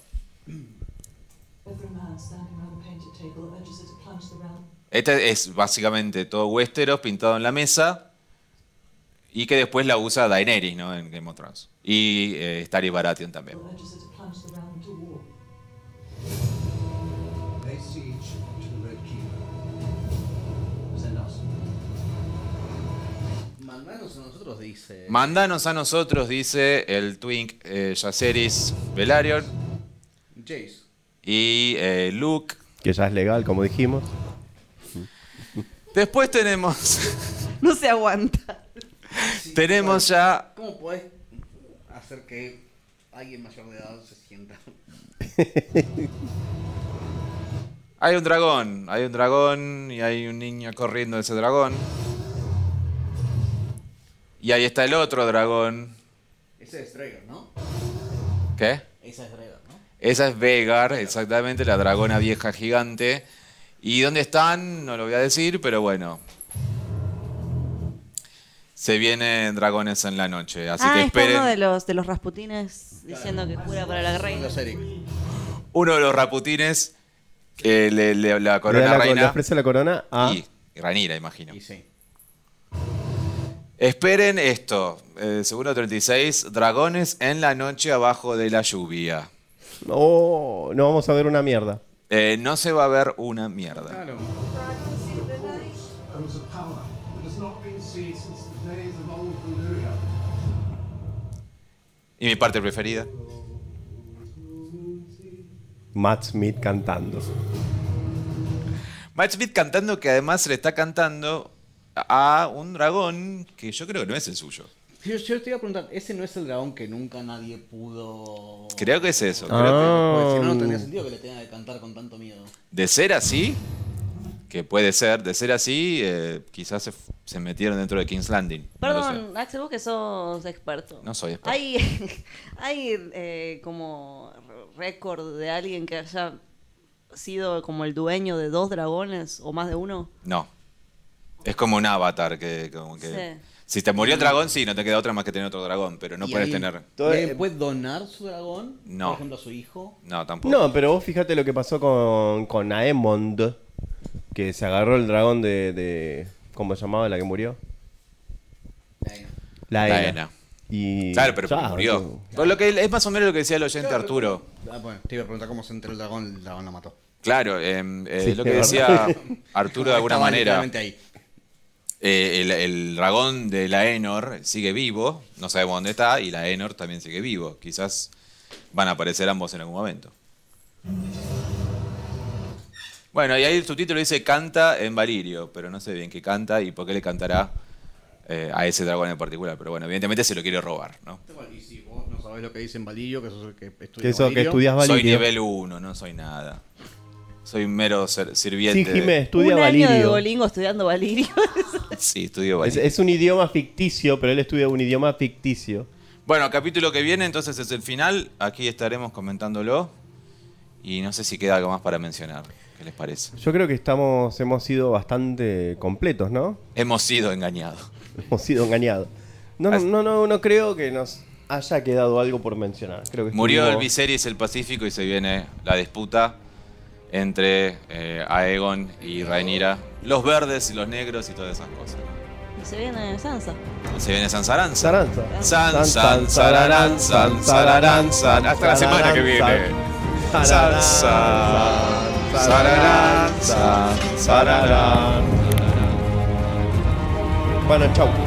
J: Every man standing round the painted table urges her to plunge the realm.
B: Este es básicamente todo Westeros pintado en la mesa y que después la usa Daenerys ¿no? en Game of Thrones. Y eh, Starry Baratheon también.
J: Urges her to plunge the realm into war.
K: They siege to the Red Keeper. Send us.
E: Mandanos a nosotros, dice.
B: Mandanos a nosotros, dice el Twink eh, Yaceris Velaryon
E: Jace.
B: y eh, Luke.
A: Que ya es legal, como dijimos.
B: Después tenemos,
D: No se aguanta.
B: tenemos ya
E: ¿Cómo podés hacer que alguien mayor de edad se sienta?
B: Hay un dragón, hay un dragón y hay un niño corriendo de ese dragón. Y ahí está el otro dragón.
E: Ese es Draeger, ¿no?
B: ¿Qué?
E: Esa es Draeger, ¿no?
B: Esa es Vegar, exactamente, la dragona vieja gigante. ¿Y dónde están? No lo voy a decir, pero bueno. Se vienen dragones en la noche, así
I: ah,
B: que
I: está
B: esperen.
I: uno de los, de los Rasputines diciendo que cura para la reina.
B: Uno de los raputines que le, le- la
A: Le,
B: corona
A: da la, co-
B: reina.
A: le ofrece la corona a.
B: Y Ranira, imagino. Esperen esto. eh, segundo 36. Dragones en la noche abajo de la lluvia.
A: Oh, no vamos a ver una mierda.
B: Eh, no se va a ver una mierda.
K: There was a power that has not been seen since the days of old Valyria.
B: Y mi parte preferida.
A: Matt Smith cantando.
B: Matt Smith cantando que además se le está cantando a un dragón que yo creo que no es el suyo.
E: Yo, yo te iba a preguntar, ¿ese no es el dragón que nunca nadie pudo...?
B: Creo que es eso. creo
A: Ah.
E: Porque si no, no tendría sentido que le tenga que cantar con tanto miedo.
B: que- De ser así, que puede ser, de ser así, eh, quizás se, f- se metieron dentro de King's Landing. no lo sé.
I: Perdón, Axel, vos que sos experto.
B: No soy experto.
I: Hay, hay eh, como récord de alguien que haya sido como el dueño de dos dragones o más de uno.
B: No. Es como un avatar que... como que-
I: Sí.
B: Si te murió el dragón, sí, no te queda otra más que tener otro dragón, pero no
E: Y
B: puedes
E: ahí-
B: tener...
E: ¿Y alguien puede donar su dragón?
B: No.
E: Por ejemplo, a su hijo.
B: No, tampoco.
A: No, pero vos fíjate lo que pasó con, con Aemond, que se agarró el dragón de, de- ¿Cómo se llamaba la que murió?
E: Eh,
A: La Ena.
B: La Ena.
A: Y...
B: Claro, pero
A: Ya,
B: murió.
A: tú-
B: Por lo que es más o menos lo que decía el oyente Arturo.
E: Ah, bueno, te iba a preguntar cómo se enteró el dragón, el dragón la mató.
B: Claro, em, eh,
E: Sí,
B: lo que
E: es
B: decía
E: verdad.
B: Arturo de alguna
E: Estaba
B: manera.
E: literalmente ahí.
B: eh, el, el dragón de la Enor sigue vivo, no sabemos dónde está, y la Enor también sigue vivo. Quizás van a aparecer ambos en algún momento. Bueno, y ahí el subtítulo dice canta en Valirio, pero no sé bien qué canta y por qué le cantará eh, a ese dragón en particular. Pero bueno, evidentemente se lo quiere robar, ¿no?
E: Y si vos no sabés lo que dice en Valillo, que sos el que estudia
A: Que sos el que
E: Valirio.
A: estudias Valirio.
B: Soy nivel 1, no soy nada. Soy un mero ser-
A: Sí,
B: sirviente. de-
A: Jimé, estudia
I: Un año de
A: Valirio.
I: Duolingo estudiando Valirio.
B: Sí, estudio
A: Es,
B: Valirio.
A: es un idioma ficticio, pero él estudia un idioma ficticio.
B: Bueno, capítulo que viene, entonces es el final. Aquí estaremos comentándolo. Y no sé si queda algo más para mencionar. ¿Qué les parece?
A: Yo creo que estamos, hemos sido bastante completos, ¿no?
B: Hemos sido engañados.
A: Hemos sido engañados. No, no, no, no, no creo que nos haya quedado algo por mencionar. Creo que
B: Murió el
A: estuvimos-
B: Viserys el Pacífico y se viene la disputa entre eh, Aegon y Rhaenyra. Los verdes y los negros y todas esas cosas.
I: Y se viene Sansa.
B: Y se viene Sansaranza.
A: Saranza.
B: San, san, sararán, san, sararán, san. Hasta la semana que viene. San, san, sararán, san, sararán.
A: Bueno, chau.